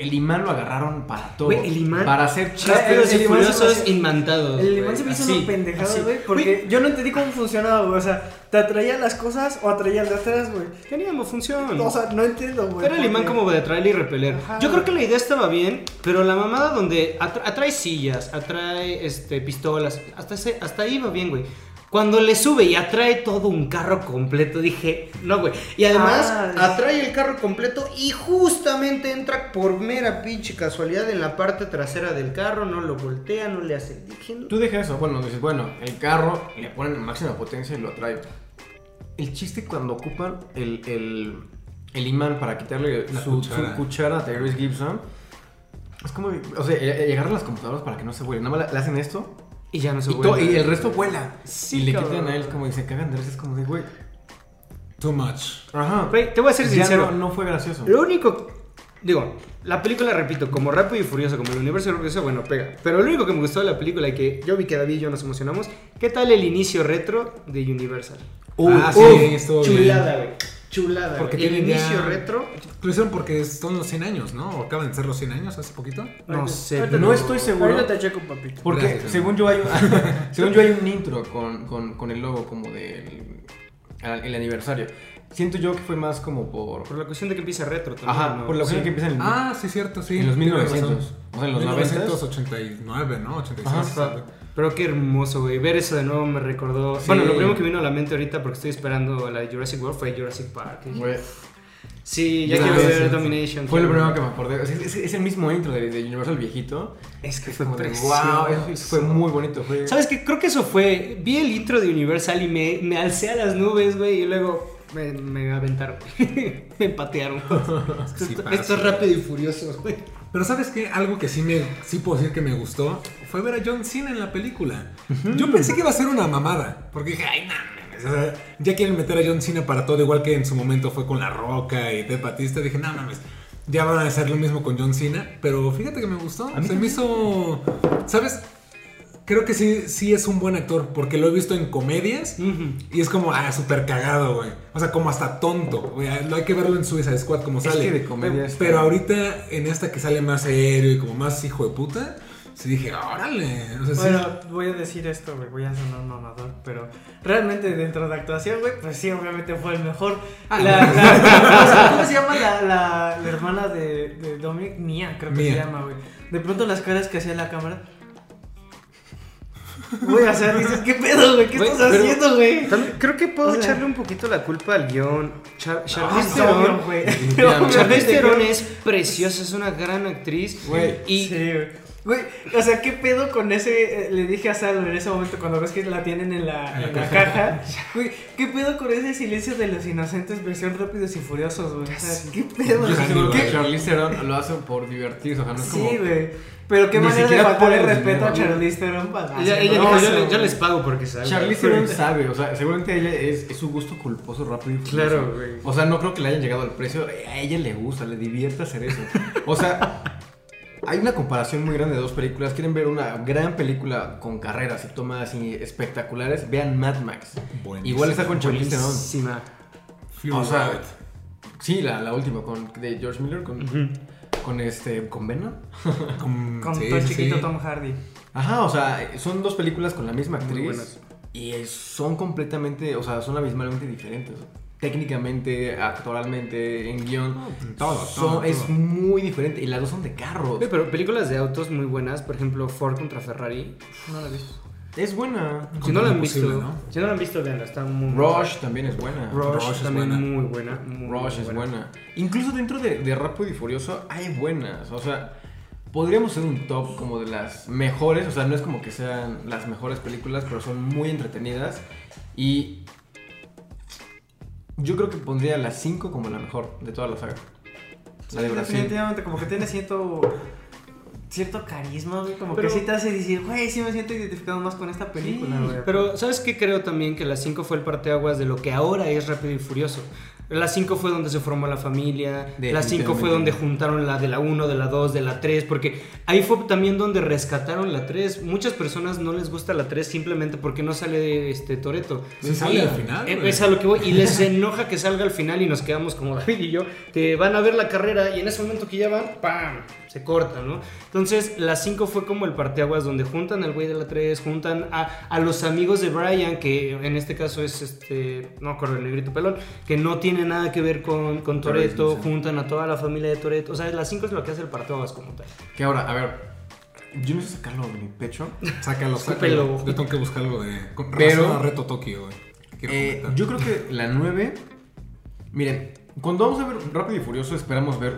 El imán lo agarraron para todo. Güey, el imán- Para hacer Rápidos chistes. el y imán se me furiosos hace- inmantados. pues, El güey, imán se me hizo así, una pendejada, así. güey. Porque yo no entendí cómo funcionaba, güey. O sea, ¿te atraía las cosas o atraía las otras, güey? Teníamos función. O sea, no entiendo, güey. Era el imán porque- como de atraer y repeler. Ajá. Yo creo que la idea estaba bien, pero la mamada donde atra- atrae sillas, atrae este, pistolas, hasta, ese- hasta ahí va bien, güey. Cuando le sube y atrae todo un carro completo, dije, no, güey. Y además Ah, es- atrae el carro completo y justamente entra por mera pinche casualidad en la parte trasera del carro, no lo voltea, no le hace. Dije, no. Tú dejas eso. Bueno, dices, bueno, el carro le ponen máxima potencia y lo atrae. El chiste cuando ocupan el, el, el imán para quitarle La su, cuchara. su cuchara a Tyrese Gibson. Es como, o sea, eh, eh, agarran las computadoras para que no se vuelen. Nada más le- le hacen esto Y ya no se y, to- vuelve. y el resto vuela. Sí, y le cabrón. quitan a él como y se cagan de risa. Es como de, güey. Too much. Ajá. Güey, te voy a ser Ya sincero. No, no fue gracioso. Lo único, digo, la película, repito, como Rápido y Furioso, como el universo Furioso, bueno, pega. Pero lo único que me gustó de la película y que yo vi que David y yo nos emocionamos, ¿qué tal el inicio retro de Universal? ah, sí, Uf, estuvo bien. Uh, chulada, güey. Chulada, Porque güey. El tienen ya- inicio retro, Lo hicieron porque son los 100 años, ¿no? O acaban de ser los 100 años hace poquito. no sé. Ahorita no bro. estoy seguro. Ahorita te checo, papito. Porque Gracias, según yo hay un, según yo hay un intro con, con- con el logo como del al- el aniversario. Siento yo que fue más como por Por la cuestión de que empieza retro también. ajá, ¿no? por la Sí. opción que empieza en, Ah, sí, cierto, sí. en los Tienes 1900, razón. o sea, en los 90s. 1989, ¿no? 86. Ajá, exacto. Pero qué hermoso, güey. Ver eso de nuevo me recordó. Sí. Bueno, lo primero que vino a la mente ahorita, porque estoy esperando la de Jurassic World, fue Jurassic Park. Fue, Sí, ya Ah, quiero sí, ver sí. Domination. fue lo primero cabrón. que me acordé. Es, es- es el mismo intro de, de Universal viejito. Es que Es fue como de, precioso. wow, eso- eso fue muy bonito. Fue, ¿Sabes qué? Creo que eso fue. Vi el intro de Universal y me, me alcé a las nubes, güey, y luego me, me aventaron. me patearon. Es que sí esto, pasa. esto es rápido y furioso, güey. Pero ¿sabes qué? Algo que sí, me, sí puedo decir que me gustó fue ver a John Cena en la película. Yo pensé que iba a ser una mamada, porque dije, ay, no, mames", o sea, ya quieren meter a John Cena para todo, igual que en su momento fue con La Roca y Ted Batista, dije, no mames, ya van a hacer lo mismo con John Cena, pero fíjate que me gustó, se me hizo, ¿sabes? Creo que sí, sí es un buen actor, porque lo he visto en comedias y es como, ah, súper cagado, güey. O sea, como hasta tonto, güey. Hay que verlo en Suiza Squad como Es sale. que de comedia está- Pero ahorita, en esta que sale más serio y como más hijo de puta, sí dije, órale. O sea, sí. Bueno, voy a decir esto, güey. Voy a sonar mamador, pero realmente dentro de actuación, güey, pues sí, obviamente fue el mejor. Ah, la, no. la- o sea, ¿Cómo se llama la, la- la hermana de, de Dominic? Mía, creo que Mía. se llama, güey. De pronto las caras que hacía la cámara. Voy a hacer, dices, ¿qué pedo, güey? ¿Qué Güey, estás pero- haciendo, güey? También creo que puedo O sea- echarle un poquito la culpa al guión. Char Charlize Ah, obvio, Theron. güey. Definitivamente. Charlize Obviamente, Theron güey. es preciosa, es una gran actriz. Güey, Y Sí, güey. Güey, o sea, ¿qué pedo con ese? eh, Le dije a Salvo en ese momento cuando ves que la tienen en la, en la caja. Güey, ¿qué pedo con ese silencio de los inocentes versión rápidos y furiosos, güey? O sea, ¿qué pedo? yo estoy Handy, seguro que güey. Charlize Theron lo hace por divertirse, o sea, no es como Sí, güey. Pero qué Ni manera de siquiera faltarle ponen respeto a dinero, Charlize Theron para ella, ella No, dijo, yo, eso, le- yo les güey. pago porque saben. Charlize Theron sabe, o sea, seguramente ella es, es su gusto culposo, rápido y furioso. Claro, güey. O sea, no creo que le hayan llegado al precio. eh, A ella le gusta, le divierte hacer eso. O sea, hay una comparación muy grande de dos películas. Quieren ver una gran película con carreras y tomas y espectaculares, vean Mad Max. Buenísimo. Igual está con Charlize Theron. Buenísima. Fury o sea, Road. Sí, la, la última con, de George Miller con, con este con Venom. con, Con sí, todo sí, chiquito sí. Tom Hardy. Ajá, o sea, son dos películas con la misma Muy actriz buenas. y es- son completamente, o sea, son abismalmente diferentes. Técnicamente, actoralmente, en guión. pues, todo, son- todo, Es todo. muy diferente y las dos son de carro. Güey, pero películas de autos muy buenas, por ejemplo, Ford contra Ferrari. No la he visto. Es buena. Si no la han visto, Imposible, ¿no? si no la han visto, veanla, está muy Rush también es buena. Rush, Rush es también buena. muy buena. muy, muy Rush es buena. Incluso dentro de, de Rápido y Furioso hay buenas. O sea, podríamos ser un top como de las mejores. O sea, no es como que sean las mejores películas, pero son muy entretenidas. Y yo creo que pondría la 5 como la mejor de toda la saga. La de Sí, Brasil. Definitivamente, como que tiene cierto. Cierto carisma, güey. Como Pero- que sí te hace decir, güey, sí me siento identificado más con esta película, güey. Pero, ¿sabes qué? Creo también que la 5 fue el parteaguas de lo que ahora es Rápido y Furioso. La 5 fue donde se formó la familia. La 5 Definitivamente. fue donde juntaron la de la 1, de la 2, de la 3. Porque ahí fue también donde rescataron la 3. Muchas personas no les gusta la 3 simplemente porque no sale este Toreto. Sí sale al final, güey. Es a lo que voy. Y les enoja que salga al final y nos quedamos como David y yo. Que van a ver la carrera y en ese momento que ya van, ¡pam! Se corta, ¿no? Entonces, la 5 fue como el parteaguas donde juntan al güey de la 3, juntan a, a los amigos de Brian, que en este caso es este. No me acuerdo el negrito pelón, que no tiene nada que ver con, con Toreto, sí. juntan a toda la familia de Toreto. O sea, la 5 es lo que hace el parteaguas como tal. Que ahora, a ver, yo no sé sacarlo de mi pecho. Sácalo, Escúpelo. sácalo. Yo tengo que buscar algo de. Con Pero- razón a Reto Tokio, güey. Quiero Eh, comentar. yo creo que la 9. Miren, cuando vamos a ver Rápido y Furioso, esperamos ver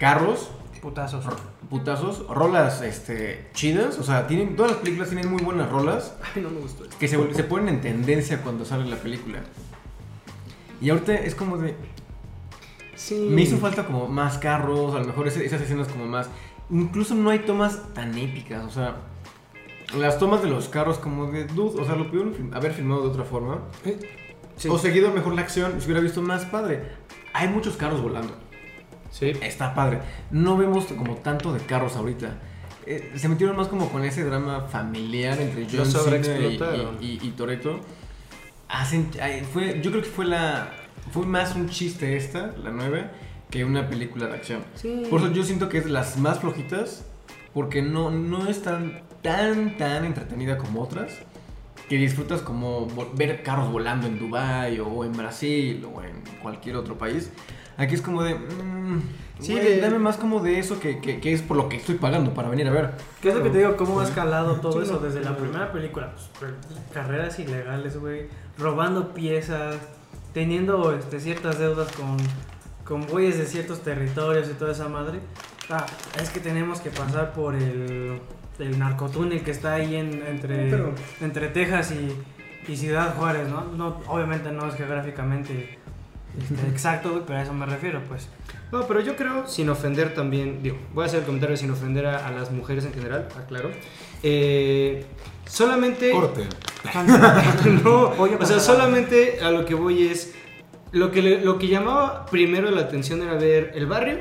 carros, Putazos. putazos, rolas este, chidas. O sea, tienen, todas las películas tienen muy buenas rolas Ay, no me gustó que se, vuel- se ponen en tendencia cuando sale la película. Y ahorita es como de. Sí. Me Mm. hizo falta como más carros, a lo mejor ese- esas escenas como más. Incluso no hay tomas tan épicas, o sea. Las tomas de los carros como de dude, o sea, lo pudieron film- haber filmado de otra forma. Sí. O seguido mejor la acción, se hubiera visto más padre. Hay muchos carros volando. Sí. Está padre. No vemos como tanto de carros ahorita. Eh, se metieron más como con ese drama familiar entre Lo John Cena y, sobreexplotaron. y, y- y Toretto. Hacen, ay, fue, yo creo que fue la fue más un chiste esta, la 9, que una película de acción. Sí. Por eso yo siento que es de las más flojitas, porque no, no es tan, tan, tan entretenida como otras, que disfrutas como vol- ver carros volando en Dubai o en Brasil o en cualquier otro país. Aquí es como de... mm, Sí, güey, de- dame más como de eso que, que- que es por lo que estoy pagando para venir a ver. ¿Qué es lo que te digo? ¿Cómo ha escalado todo eso desde la primera película? Pues, per- carreras ilegales, güey. Robando piezas. Teniendo este, ciertas deudas con, con güeyes de ciertos territorios y toda esa madre. Ah, es que tenemos que pasar por el, el narcotúnel que está ahí en- entre, No, pero- entre Texas y, y Ciudad Juárez, ¿no? ¿no? Obviamente no es geográficamente este, exacto, güey, pero a eso me refiero, pues. No, pero yo creo, sin ofender también, digo, voy a hacer el comentario sin ofender a, a las mujeres en general, aclaro. Eh, solamente. Corte. no, Pollo o sea, cancelado. solamente a lo que voy es. Lo que, le- lo que llamaba primero la atención era ver el barrio,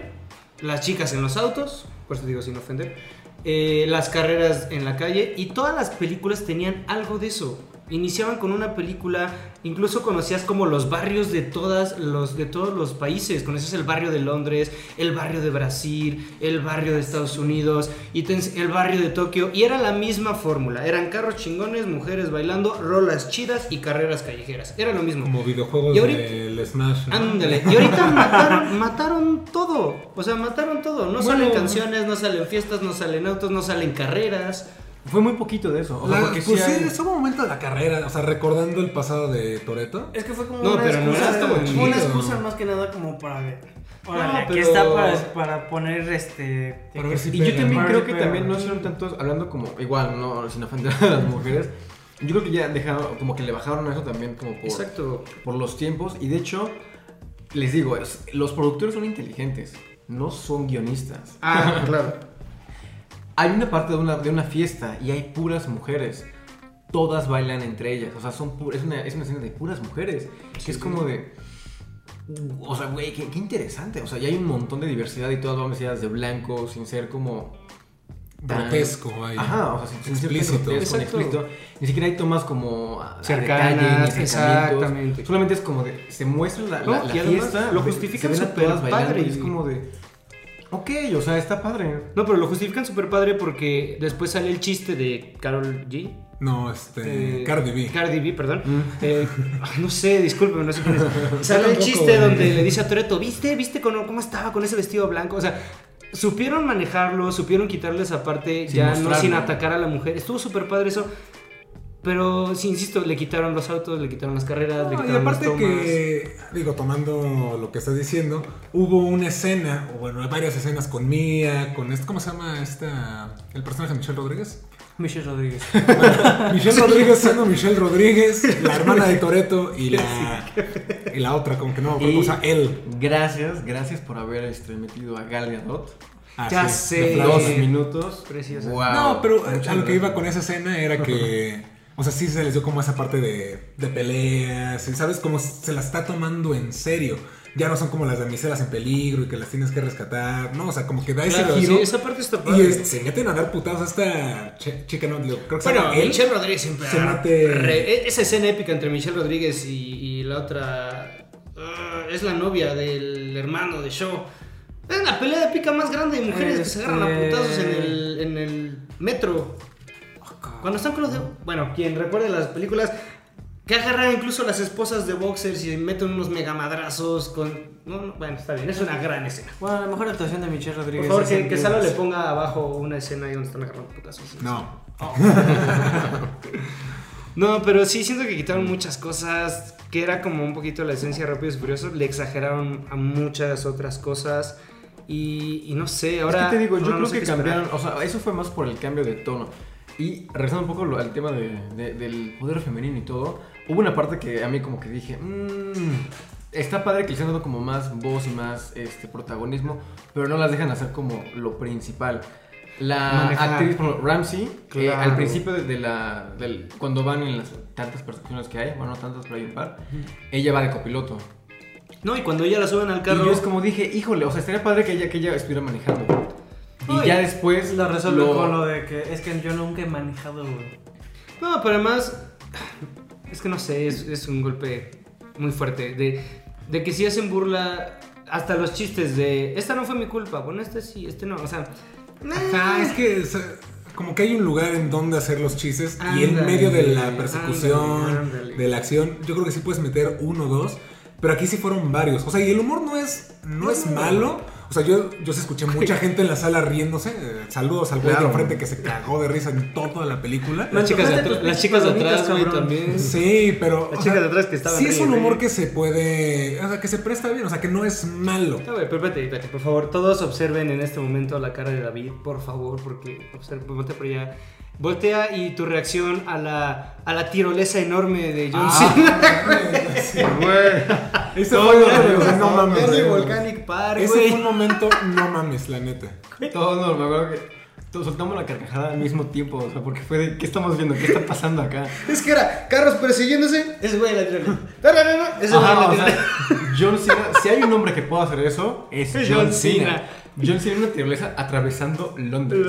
las chicas en los autos, por eso digo sin ofender, eh, las carreras en la calle y todas las películas tenían algo de eso. Iniciaban con una película, incluso conocías como los barrios de, todas los, de todos los países. Conocías el barrio de Londres, el barrio de Brasil, el barrio de Estados Unidos, y te ens- el barrio de Tokio. Y era la misma fórmula. Eran carros chingones, mujeres bailando, rolas chidas y carreras callejeras. Era lo mismo. Como videojuegos Y ahorita- del Smash. ¿no? Ándale. Y ahorita mataron, mataron todo. O sea, mataron todo. No salen canciones, no salen fiestas, no salen autos, no salen carreras. Fue muy poquito de eso. o sea, La- porque sí pues sí, hay- es un momento de la carrera, o sea, recordando el pasado de Toreto. Es que fue como No, una pero no excusa. era tan fue una chido. excusa más que nada como para ver. Órale, No, aquí pero- está para, para poner este. Para ver si Y yo pega. también Para creo ver que si pega. también no hicieron tantos, hablando como, igual, no, sin ofender a las mujeres, yo creo que ya dejaron, como que le bajaron a eso también como por, Exacto. por los tiempos. Y de hecho, les digo, es- los productores son inteligentes, no son guionistas. Ah, claro. Hay una parte de una, de una fiesta y hay puras mujeres. Todas bailan entre ellas. O sea, son pu- es, una, es una escena de puras mujeres. que es como de. O sea, güey, qué, qué interesante. O sea, ya hay un montón de diversidad y todas van vestidas de blanco, sin ser como. tan- Grotesco, vaya. Ajá, o sea, sin- sin ser Explícito. tan grotesco, ni Exacto. explícito. Ni siquiera hay tomas como. a- a Cercanas, detalle, ni acercamientos. exactamente. Solamente es como de. Se muestra la, la- No, la y además fiesta. lo ve- justifican se ven a súper todas bailando padre y es y- como de. Ok, o sea, está padre. No, pero lo justifican súper padre porque después sale el chiste de Carol G. No, este. Eh, Cardi B. Mm. Cardi B, perdón. Eh, ay, no sé, discúlpeme, no sé quién es. Sale el tampoco, chiste güey. donde le dice a Toreto, ¿viste? ¿Viste con- cómo estaba con ese vestido blanco? O sea, supieron manejarlo, supieron quitarle esa parte, Sin ya no mostrarlo. sin atacar a la mujer. Estuvo súper padre eso. Pero, sí, insisto, le quitaron los autos, le quitaron las carreras, le No, y quitaron las aparte tomas. que, digo, tomando lo que estás diciendo, hubo una escena, o bueno, varias escenas con Mía, con este, ¿cómo se llama esta? El personaje de Michelle Rodríguez. Michelle Rodríguez. Michelle Rodríguez siendo Michelle Rodríguez, la hermana de Toreto y la, y la otra, como que no, Y- o sea, él. Gracias, gracias por haber este, metido a Gal Gadot. Ah, Ya sí, sé. de Dos Flash. minutos. Preciosa. Wow. No, pero eh, Muchas a lo que gracias. iba con esa escena era que O sea, sí se les dio como esa parte de, de peleas, y ¿sabes? Como se las está tomando en serio. Ya no son como las damiselas en peligro y que las tienes que rescatar. No, o sea, como que da Claro, ese giro. sí, esa parte está y padre. es- se meten a dar putados a esta che- chica, no, lo- creo que se Bueno, llama él. Michelle Rodríguez siempre. se mate- re- e- esa escena épica entre Michelle Rodríguez y, y la otra. ah, es la novia del hermano de Shaw. Es la pelea épica más grande de mujeres que se agarran a Este- putazos en el, en el metro. Oh, Cuando están con los de. Bueno, quien recuerde las películas. Que agarran incluso las esposas de boxers y meten unos megamadrazos con. No, no, bueno, está bien, es una gran escena. Bueno, la mejor actuación de Michelle Por Rodríguez. favor, es que, en que Salo le Viudas. ponga abajo una escena ahí donde están agarrando putazos. No. No, pero sí siento que quitaron muchas cosas que era como un poquito la esencia de Rápidos y Furiosos, le exageraron a muchas otras cosas y, y no sé, es ahora... que te digo, yo ahora no creo sé que qué esperar. cambiaron, o sea, eso fue más por el cambio de tono. Y regresando un poco lo- al tema de- de- del poder femenino y todo, hubo una parte que a mí como que dije, "Mm, está padre que les han dado como más voz y más este, protagonismo, pero no las dejan hacer como lo principal. La Manejar. actriz, por ejemplo, Ramsey, que Claro. al principio de, de la, del- cuando van en las tantas persecuciones que hay, bueno, no tantas, pero hay un par, ella va de copiloto. No, y cuando ella la suben al Y carro... yo es como dije, híjole, o sea, estaría padre que ella, que ella estuviera manejando. Y Ay. ya después Lo resuelve con lo de que es que yo nunca he manejado. güey. No, pero además, es que no sé, es, es un golpe muy fuerte de, de que si hacen burla hasta los chistes de, esta no fue mi culpa, bueno, este sí, este no, o sea... Ah. Ajá, es que es, eh, como que hay un lugar en donde hacer los chistes y en Ándale, medio de la persecución, ándale, ándale. de la acción, yo creo que sí puedes meter uno o dos, pero aquí sí fueron varios. O sea, y el humor no es, no es malo. O sea, yo, yo sí escuché mucha gente en la sala riéndose. eh, saludos al güey de Claro. enfrente que se cagó de risa en toda la película. Las chicas de Manejate atrás, tus las chicas de atrás, palomitas, güey, cabrón. también. Sí, pero. Las o chicas sea, de atrás que estaban Sí, es un ríe, humor ríe. que se puede. O sea, que se presta bien. O sea, que no es malo. A ver, pero espérate, espérate, por favor, todos observen en este momento la cara de David, por favor, porque observa, voltea por allá. Voltea y tu reacción a la, a la tirolesa enorme de John Cena. Ese fue horrible, o sea, no mames. Volcanic Volcanic Park, Ese güey. fue un momento, no mames, la neta. Todos nos, me acuerdo que todos soltamos la carcajada al mismo tiempo, o sea, porque fue de, ¿qué estamos viendo? ¿Qué está pasando acá? Es que era carros persiguiéndose, es güey la tirolesa. No, no, no, no, ese güey Ajá, la o sea, tirolesa. John Cena, si hay un hombre que pueda hacer eso, es Es John John Cena. Cena. John Cena en una tirolesa atravesando Londres.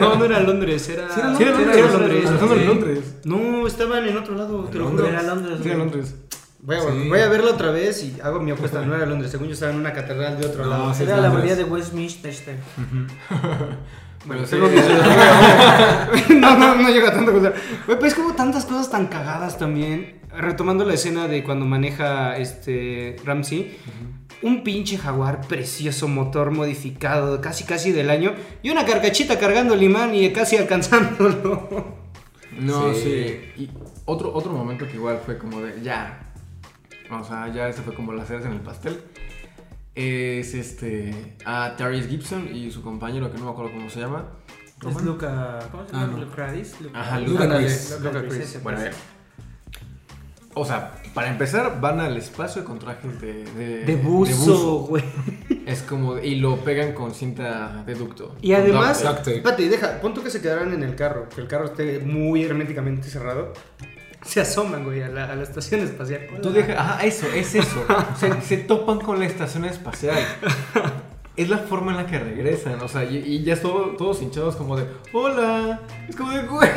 No, no era Londres, era. Sí, era Sí, era Londres, era era Londres, atravesando sí. Londres. No, estaban en otro lado, te lo Londres. juro. Era Londres. Sí, güey. era Londres. Voy a, Sí. voy a verlo otra vez y hago mi apuesta. No era Londres, según yo estaba en una catedral de otro No, lado. sí. Era la Londres. abadía de Westminster. Bueno, sí, no, no, no llega tanto. Güey, pero es que hubo tantas cosas tan cagadas también. Retomando la escena de cuando maneja este Ramsey. Un pinche jaguar precioso, motor modificado, casi casi del año. Y una carcachita cargando el imán y casi alcanzándolo. No, Sí. sí. Y otro, otro momento que igual fue como de ya. O sea, ya ese fue como las ceras en el pastel. Es este. A Therese Gibson y su compañero que no me acuerdo cómo se llama. Es Luca. ¿Cómo se Ah, llama? no. Lucradis. Luca- Ajá, Luca Luca Chris. Chris. Luca Luca Chris, Chris. ese, Bueno, pues. eh, O sea, para empezar, van al espacio con trajes de. De, De buzo. buzo, güey. Es como. Y lo pegan con cinta de ducto. Y además, Duct tape. espérate, deja, pon tú que se quedaran en el carro, que el carro esté muy herméticamente cerrado. Se asoman, güey, a la, a la estación espacial. Tú Ah. deja, ajá, "Ah, eso, es eso. se, se topan con la estación espacial. Es la forma en la que regresan, o sea, y, y ya todo- todos hinchados como de, hola, es como de, güey.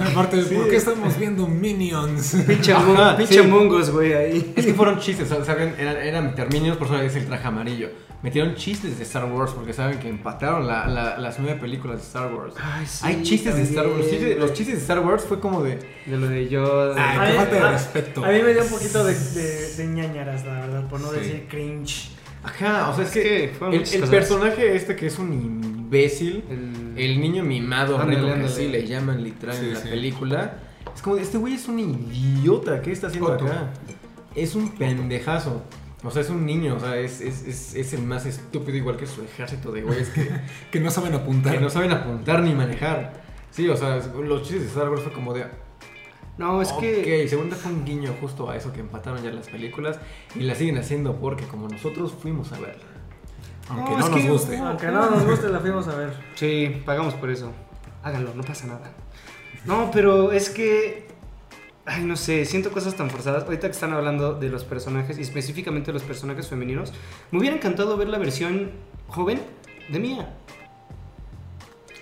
Aparte, Sí. ¿por qué estamos viendo Minions? Pinche, mon- Ah, Ajá, pinche sí. mongos, güey, ahí. Es que fueron chistes, o sea, saben, eran, eran terminios, por eso es el traje amarillo. Metieron chistes de Star Wars porque saben que empataron la- la- las nueve películas de Star Wars. Ay, sí, Hay chistes de Star Wars. también, chistes- los güey. chistes de Star Wars fue como de, De lo de yo. Ay, A qué mí- falta de a- respeto. A mí me dio un poquito de, de, de ñañaras, la verdad, por no Sí. decir cringe. ajá, o sea, es, Es que, que fueron el, muchas el cosas. personaje este que es un imbécil. el, El niño mimado, Ándale, rico, que ándale. así le llaman literal Sí, en la sí. película. Es como, este güey es un idiota, ¿qué está haciendo Otto. acá? Es un pendejazo. O sea, es un niño, o sea, es, es, es, es el más estúpido, igual que su ejército de güeyes que, Que no saben que apuntar. no saben apuntar ni manejar. Sí, o sea, es- los chistes de Star Wars fue como de. no, es que. Ok, según fue un guiño justo a eso que empataron ya las películas y la siguen haciendo porque, como nosotros fuimos a verla. Aunque No, no, es nos que- guste. Aunque no nos guste, la fuimos a ver. Sí, pagamos por eso. Háganlo, no pasa nada. No, pero es que Ay, no sé, siento cosas tan forzadas. Ahorita que están hablando de los personajes, y específicamente los personajes femeninos, me hubiera encantado ver la versión joven de Mía.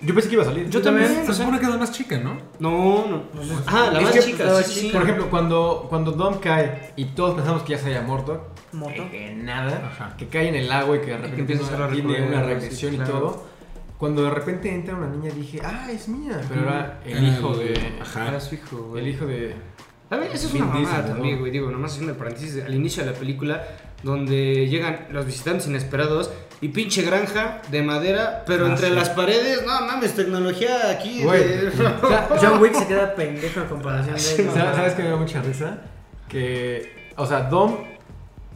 Yo pensé que iba a salir. Yo también. Se o sea, supone que es la más chica, ¿no? No, no. Ah, la Es más que, pues, chica. Sí, sí, sí. Por ejemplo, cuando, cuando Dom cae y todos pensamos que ya se había muerto, Moto. que- que nada, Ajá. que cae en el agua y que de repente empieza a hacer la tiene recorrida, una sí, regresión claro. y todo. Cuando de repente entra una niña dije, ah, es mía. Pero era el Era hijo el- de... Ajá. Era su hijo, güey. El hijo de... A ver, eso es Vin una mamada Diesel, ¿no? también, güey. Digo, nomás haciendo el paréntesis al inicio de la película, donde llegan los visitantes inesperados y pinche granja de madera, pero Ah, entre sí. las paredes, no mames, tecnología aquí. Güey. de- Sa- John Wick se queda pendejo en comparación de sa- ¿Sabes que me dio mucha risa? Que... O sea, Dom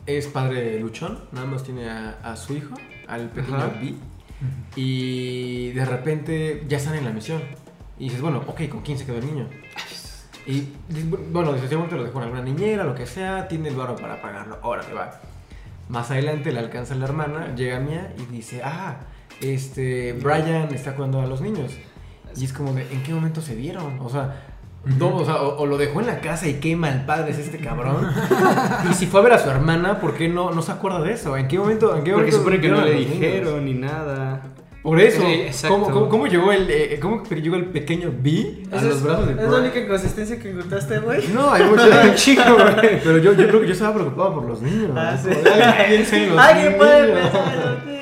es padre de Luchón, nada más tiene a, a su hijo, al pequeño Ajá. B. Y de repente ya están en la misión. Y dices, bueno, ok, ¿con quién se quedó el niño? Y dices, bu- bueno, dices, seguramente lo dejó en alguna niñera, lo que sea, tiene el barro para pagarlo, ahora te va. Más adelante le alcanza la hermana, llega Mía y dice, ah, este, Brian está cuidando a los niños. Y es como de, ¿en qué momento se vieron? O sea, no, o, sea, o- o lo dejó en la casa y qué mal padre es este cabrón. y si fue a ver a su hermana, ¿por qué no, no se acuerda de eso? ¿En qué momento? En qué Porque momento supone que no vieron a le los niños? dijeron ni nada. Por eso, Sí, exacto. ¿cómo, cómo, cómo llegó el, eh, ¿cómo que llegó el pequeño B a los brazos de Es la Brian? única inconsistencia que encontraste, güey. No, hay mucho chico, güey. Pero yo, yo creo que yo estaba preocupado por los niños. Ah, pues, sí. Alguien Alguien puede pensar en los niños.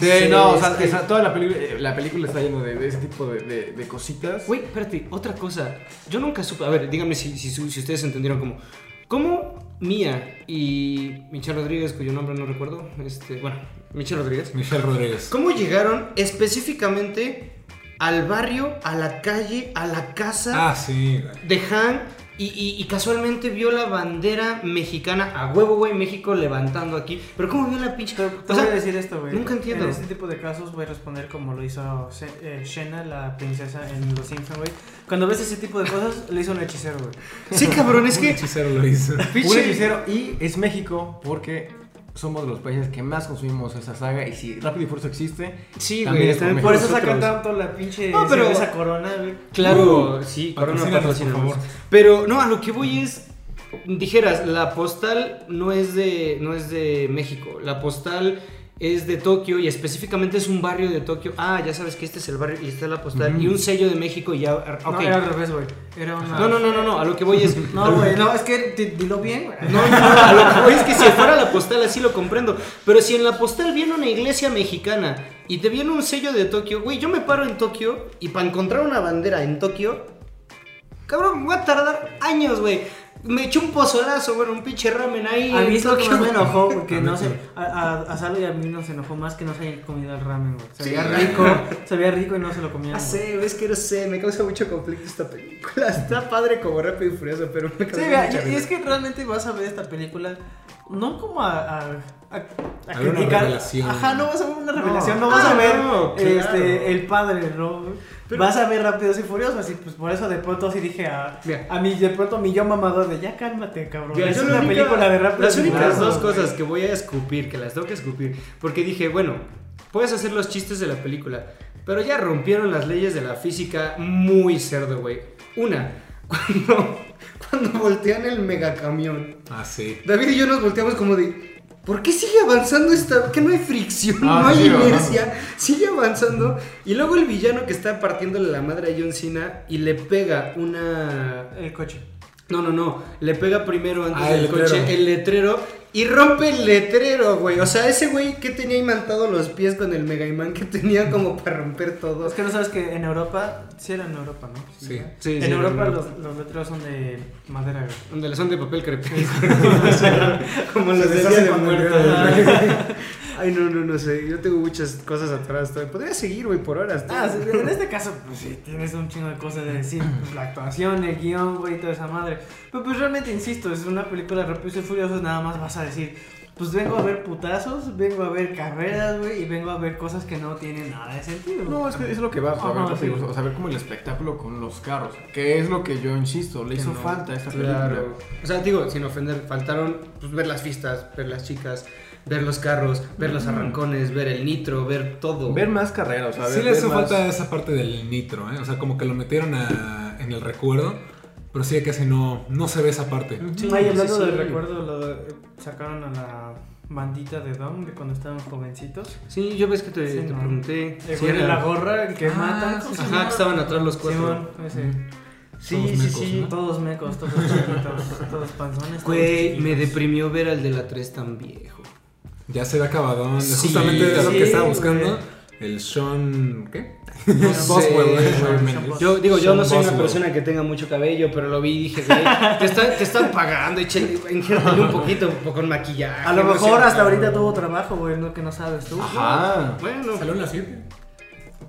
Sí, no, o Sí, sea, es que- esa- toda la película, eh, la película está llena de, de ese tipo de, de- de cositas. Güey, espérate, otra cosa. Yo nunca supe. A ver, díganme si, si, su- si ustedes entendieron cómo. ¿Cómo Mía y Michelle Rodríguez, cuyo nombre no recuerdo, este, bueno, Michelle Rodríguez, Michelle Rodríguez. ¿Cómo llegaron específicamente al barrio, a la calle, a la casa Ah, sí, güey. de Han? Y, y- y casualmente vio la bandera mexicana a huevo, güey, México levantando aquí. Pero ¿cómo vio la pinche? Pero te O sea, voy a decir esto, güey. nunca entiendo. En este tipo de casos voy a responder como lo hizo Se- eh, Shena, la princesa en Los Simpsons, güey. Cuando ves ese tipo de cosas, le hizo un hechicero, güey. Sí, cabrón, es Un que... hechicero lo hizo. Un pinche- hechicero y es México porque somos de los países que más consumimos esa saga y si Rápido y Furioso existe, Sí, También güey, es también por Por por eso nosotros. sacan tanto la pinche No, pero- cerveza corona, güey. Claro, sí, Corona patrocínanos, patrocina, por favor. Pero no, a lo que voy es dijeras, la postal no es de no es de México, la postal es de Tokio y específicamente es un barrio de Tokio. Ah, ya sabes que este es el barrio y está la postal y un sello de México y ya ah, ok. No, era al revés, güey. Era una. No, no, no, no, no, a lo que voy es No, güey, no, es que di- dilo bien, güey. No, no, no, a lo que voy es que si fuera la postal así lo comprendo. Pero si en la postal viene una iglesia mexicana y te viene un sello de Tokio, güey, yo me paro en Tokio y para encontrar una bandera en Tokio, cabrón, voy a tardar años, güey. Me eché un pozolazo, bueno, un pinche ramen ahí. A en mí es lo que Tokio. más me enojó, porque A mí no sé, sí. a, a, a Salo y a mí nos enojó más que no se hayan comido el ramen, güey. Se Sí. veía rico, se veía rico y no se lo comían. Ah, güey. sé, güey, es que no sé, me causa mucho conflicto esta película. Está padre como rápido y furioso, pero me Sí, causa vea, mucha y, y risa. es que realmente vas a ver esta película no como a, a, a, a A ver una criticar. revelación. Ajá, no vas a ver una No. revelación, no, vas a Ah, ver no, claro. este, el padre, ¿no? Pero- vas a ver Rápidos y Furiosos y pues por eso de pronto sí dije a, Mira. a mí, de pronto mi yo mamador de ya cálmate, cabrón. Mira, es yo una la única- película de Rápidos Las y únicas Furiosos, dos cosas que voy a escupir, que las tengo que escupir, porque dije, bueno, puedes hacer los chistes de la película, pero ya rompieron las leyes de la física muy cerdo, güey. Una, cuando, cuando voltean el megacamión, Ah, sí. David y yo nos volteamos como de. ¿Por qué sigue avanzando esta.? Que no hay fricción, Ah, no hay sigue avanzando. inercia, sigue avanzando. Y luego el villano que está partiéndole la madre a John Cena y le pega una. El coche. No, no, no. Le pega primero antes Ah, del el letrero. coche el letrero y rompe el letrero, güey. O sea, ese güey que tenía imantado los pies con el Mega Imán que tenía como para romper todo. Es que no sabes que en Europa, sí era en Europa, ¿no? Sí. ¿verdad? Sí, en sí, Europa era en Los, los letreros son de madera, güey. Donde le son de papel crepe. como los Se de Día deshace de cuando Muertos. llega Ay, no, no, no sé. Yo tengo muchas cosas atrás. todavía. Podría seguir, güey, por horas. Ah, sí, en este caso, pues sí, tienes un chingo de cosas de decir, pues, la actuación, el guión, güey, toda esa madre. Pero pues realmente, insisto, es una película de Rápidos y Furiosos, nada más vas a decir, pues vengo a ver putazos, vengo a ver carreras, güey, y vengo a ver cosas que no tienen nada de sentido. No, es que es lo que va a Ajá, ver, Ah, sí. o sea, ver como el espectáculo con los carros, que es lo que yo insisto, le hizo falta a esta película. Claro. O sea, digo, sin ofender, faltaron pues, ver las fiestas, ver las chicas, ver los carros, ver los arrancones, ver el nitro, ver todo. Ver más carreras, o sea, Sí ver- le hizo ver más- falta esa parte del nitro, ¿eh? O sea, como que lo metieron a- en el recuerdo. Pero sí, casi no, no se ve esa parte. Sí, Vaya, sí, hablando sí. del recuerdo, lo- eh, sacaron a la bandita de Dom de cuando estaban jovencitos. Sí, yo ves que te, Sí, te no. pregunté. El si güey de era- la gorra que Ah, matan. sí, Ajá, que estaban atrás los cuatro. Simón, ese. Todos Sí, sí, mecos, sí. Todos mecos, todos chiquitos, todos panzones. todos Güey, chiquitos. me deprimió ver al de la 3 tan viejo. Ya se ve acabadón. Es Sí, justamente lo sí, que estaba güey. buscando. El Sean. ¿Qué? No Boswell, sé, Sean güey. Mendes. Yo digo, yo Sean no soy una Boswell. persona que tenga mucho cabello, pero lo vi y dije, güey, te, está- te están pagando, échale, ingiértele un poquito con maquillaje. A lo no sé, mejor hasta cabrón. ahorita tuvo trabajo, güey, no que no sabes tú. Ajá. Bueno, Salió en las 7.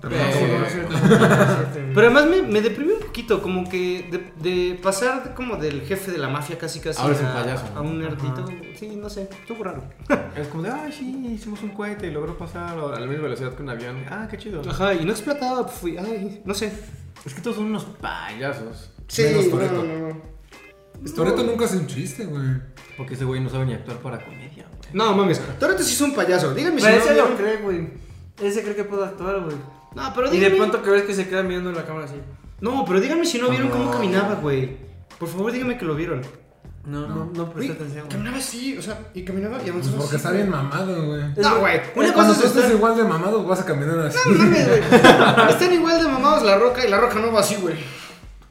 Tampoco, no Eh, sé, como- pero además me, me deprimió un poquito, como que de, de pasar de- como del jefe de la mafia casi casi Ahora es un a, payaso, ¿no? a un nerdito. Sí, no sé, estuvo raro. Es como de, ah, sí, hicimos un cohete y logró pasar a la misma velocidad que un avión. Ah, qué chido. Ajá, y no explotaba, pues, fui, ay, no sé. Es que todos son unos payasos. Menos no, Toretto. no, no. Toreto nunca hace un chiste, güey. Porque ese güey no sabe ni actuar para comedia, güey. No, mames, Toreto sí es un payaso, díganme si Pero ese no. lo cree, güey. Ese cree que puedo actuar, güey. No, pero Y de díganme. pronto que ves que se queda mirando la cámara así. No, pero díganme si no vieron cómo No. caminaba, güey. Por favor, díganme que lo vieron. No, no, no presté atención, güey. caminaba así, o sea, y caminaba y Pues avanzaba. porque está bien mamado, güey. No, güey. Una cosa Cuando es tú estés estar... igual de mamado, vas a caminar así. No mames, güey. Están igual de mamados la roca y la roca no va así, güey.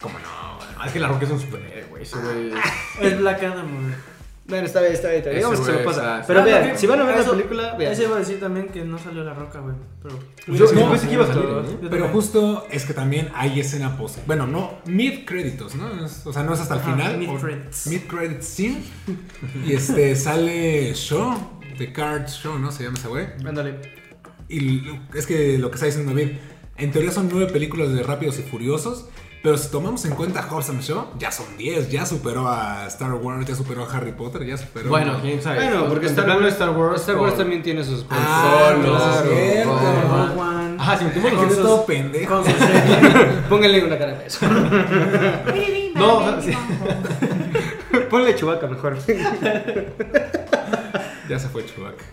¿Cómo no? güey? Es que la roca es un superhéroe, güey. Ese güey. Ah, Es Black Adam, güey. Bueno, está bien, está bien. está bien. Ese Digamos que se lo güey pasa. está- Pero Ah, vean, lo que- si van a ver la eso- película, Ah, vean. Ese iba a decir también que no salió la roca, güey. Pero. Yo, no, yo pensé que iba a salir, Todos. ¿eh? Yo Pero también. justo es que también hay escena post. Bueno, no, mid créditos, ¿no? Es- o sea, no es hasta el Ajá, final. mid-credits. Mid credits scene. Y este sale Show, The Card Show, ¿no? Se llama ese güey. Ándale. Y lo- es que lo que está diciendo David, en teoría son nueve películas de Rápidos y Furiosos, pero si tomamos en cuenta Hobbs and Shaw, ya son 10, ya superó a Star Wars, ya superó a Harry Potter, ya superó Bueno, a... quién sabe. Bueno, porque Star hablando Wars, de Star Wars. Star Wars por- también tiene sus cosas. Ah, Solo, claro, claro, cierto. por- Rogue One. Ajá, si metimos Porque los es todo pendejo. Con su serie. Pónganle una cara de eso. No, o sea, sí. Ponle chubaca mejor. Ya se fue Chewbacca.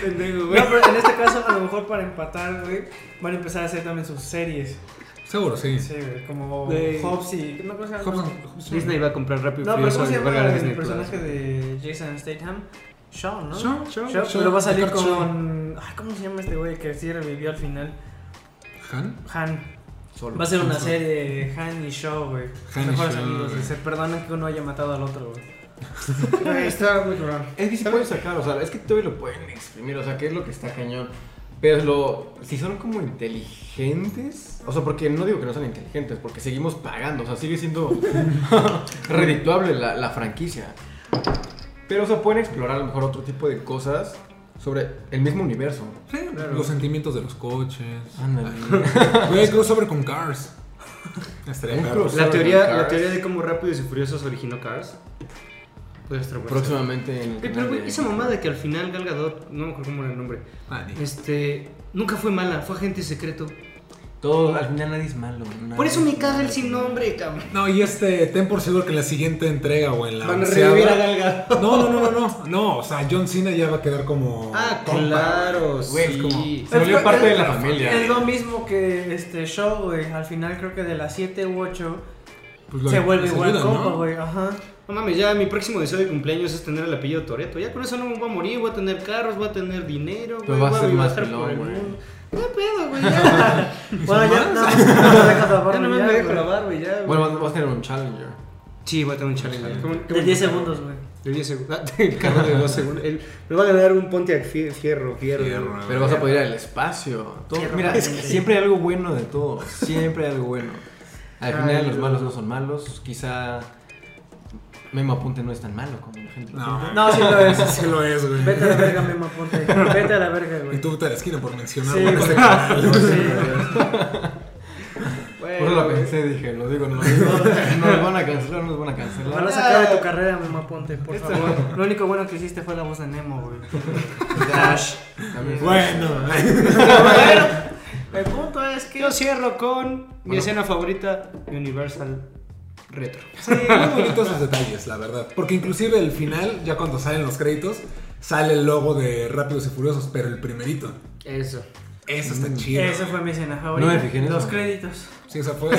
Pendejo, No, pero en este caso, a lo mejor para empatar, güey, van a empezar a hacer también sus series. Seguro, sí. Sí, güey, como Güey. Hobbs y. No, ¿cómo se llama? Hobbs and- Hobbs and- Disney va a comprar rápido. y Pues, No, pero Furioso ¿cómo se y va a ganar llama el Disney Plus. personaje de Jason Statham? Shaw, ¿no? Shaw, Shaw, Shaw, Pero va a salir Shaw. con. Ay, ¿Cómo se llama este güey que sí revivió al final? Han. Han. Solo. Va a ser una serie de Han y Shaw, güey. Han y Mejores Shaw, amigos. güey. Se perdonan que uno haya matado al otro, güey. Güey, Está muy raro. Es que sí pueden sacar, o sea, es que todavía lo pueden exprimir, o sea, que es lo que está cañón. Pero lo, si son como inteligentes, o sea, porque no digo que no sean inteligentes, porque seguimos pagando, o sea, sigue siendo redituable la, la franquicia. Pero, o sea, pueden explorar a lo mejor otro tipo de cosas sobre el mismo universo. Sí, Los sentimientos de los coches. Ándale. Güey, crossover con Cars. Estaría Un perro. crossover. La Sobre teoría, Cars. la teoría de cómo Rápidos y Furiosos originó Cars. Puede estar bueno. Próximamente en. el Güey, Pero, canal güey, de- esa mamada de que al final Gal Gadot, no me acuerdo cómo era el nombre, Ah, ni- este, nunca fue mala, fue agente secreto. Todo, al final nadie es malo. nadie Por eso es me caga malo. el sin nombre, cabrón. No, y este, ten por seguro que en la siguiente entrega o en la. Van a onceava- revivir a Gal Gadot. No, no, no, no, no. No, o sea, John Cena ya va a quedar como. Ah, compa. claro, Güey, es sí. como- Se volvió Es- parte es- de la familia. Es lo mismo que este Shaw, güey. Al final creo que de las 7 u 8 Pues lo- se vuelve les igual ayuda, ¿no? compa, güey. Ajá. No mames, ya mi próximo deseo de cumpleaños es tener el apellido Toreto. Ya con eso no me voy a morir, voy a tener carros, voy a tener dinero, Pero güey, va a voy a ser más viajar por pelón, el güey. mundo. No hay pedo, güey, ya. Bueno, ya no, no me dejas la barba ya no me ya, dejo güey. la barba y ya, güey. Bueno, vas a tener un challenger. Sí, voy a tener un challenge. ¿Cómo- cómo- De 10 segundos, güey. De 10 segundos. El carro de 2 segundos. El- me va a ganar un Pontiac fie- fierro, fierro. Fierro, güey. Pero vas a poder ir al espacio. Todo- mira, es que siempre hay algo bueno de todo. Siempre hay algo bueno. Al Ay, final, los no. malos no son malos. Quizá Memo Apunte no es tan malo como la gente. lo No, No, sí lo es. sí lo es, güey. Vete a la verga, Memo Aponte. Vete a la verga, Y güey. tú vete a la esquina por mencionar Sí, este güey. canal. piensa. Bueno, Por eso la güey. pensé, dije, lo digo, no lo digo. Nos van a cancelar, nos van a Van a cancelar. sacar de tu carrera, Memo Aponte, por favor. Lo único bueno que hiciste fue la voz de Nemo, güey. Dash. También es- Bueno, Bueno, El punto es que. yo cierro con mi escena favorita, Universal Retro. sí, muy bonitos esos detalles, la verdad. Porque inclusive el final, ya cuando salen los créditos, sale el logo de Rápidos y Furiosos, pero el primerito. Eso. Eso está Mm. chido. Esa fue mi escena favorita. No me fijé en Los eso. créditos. Sí, o sea, fue.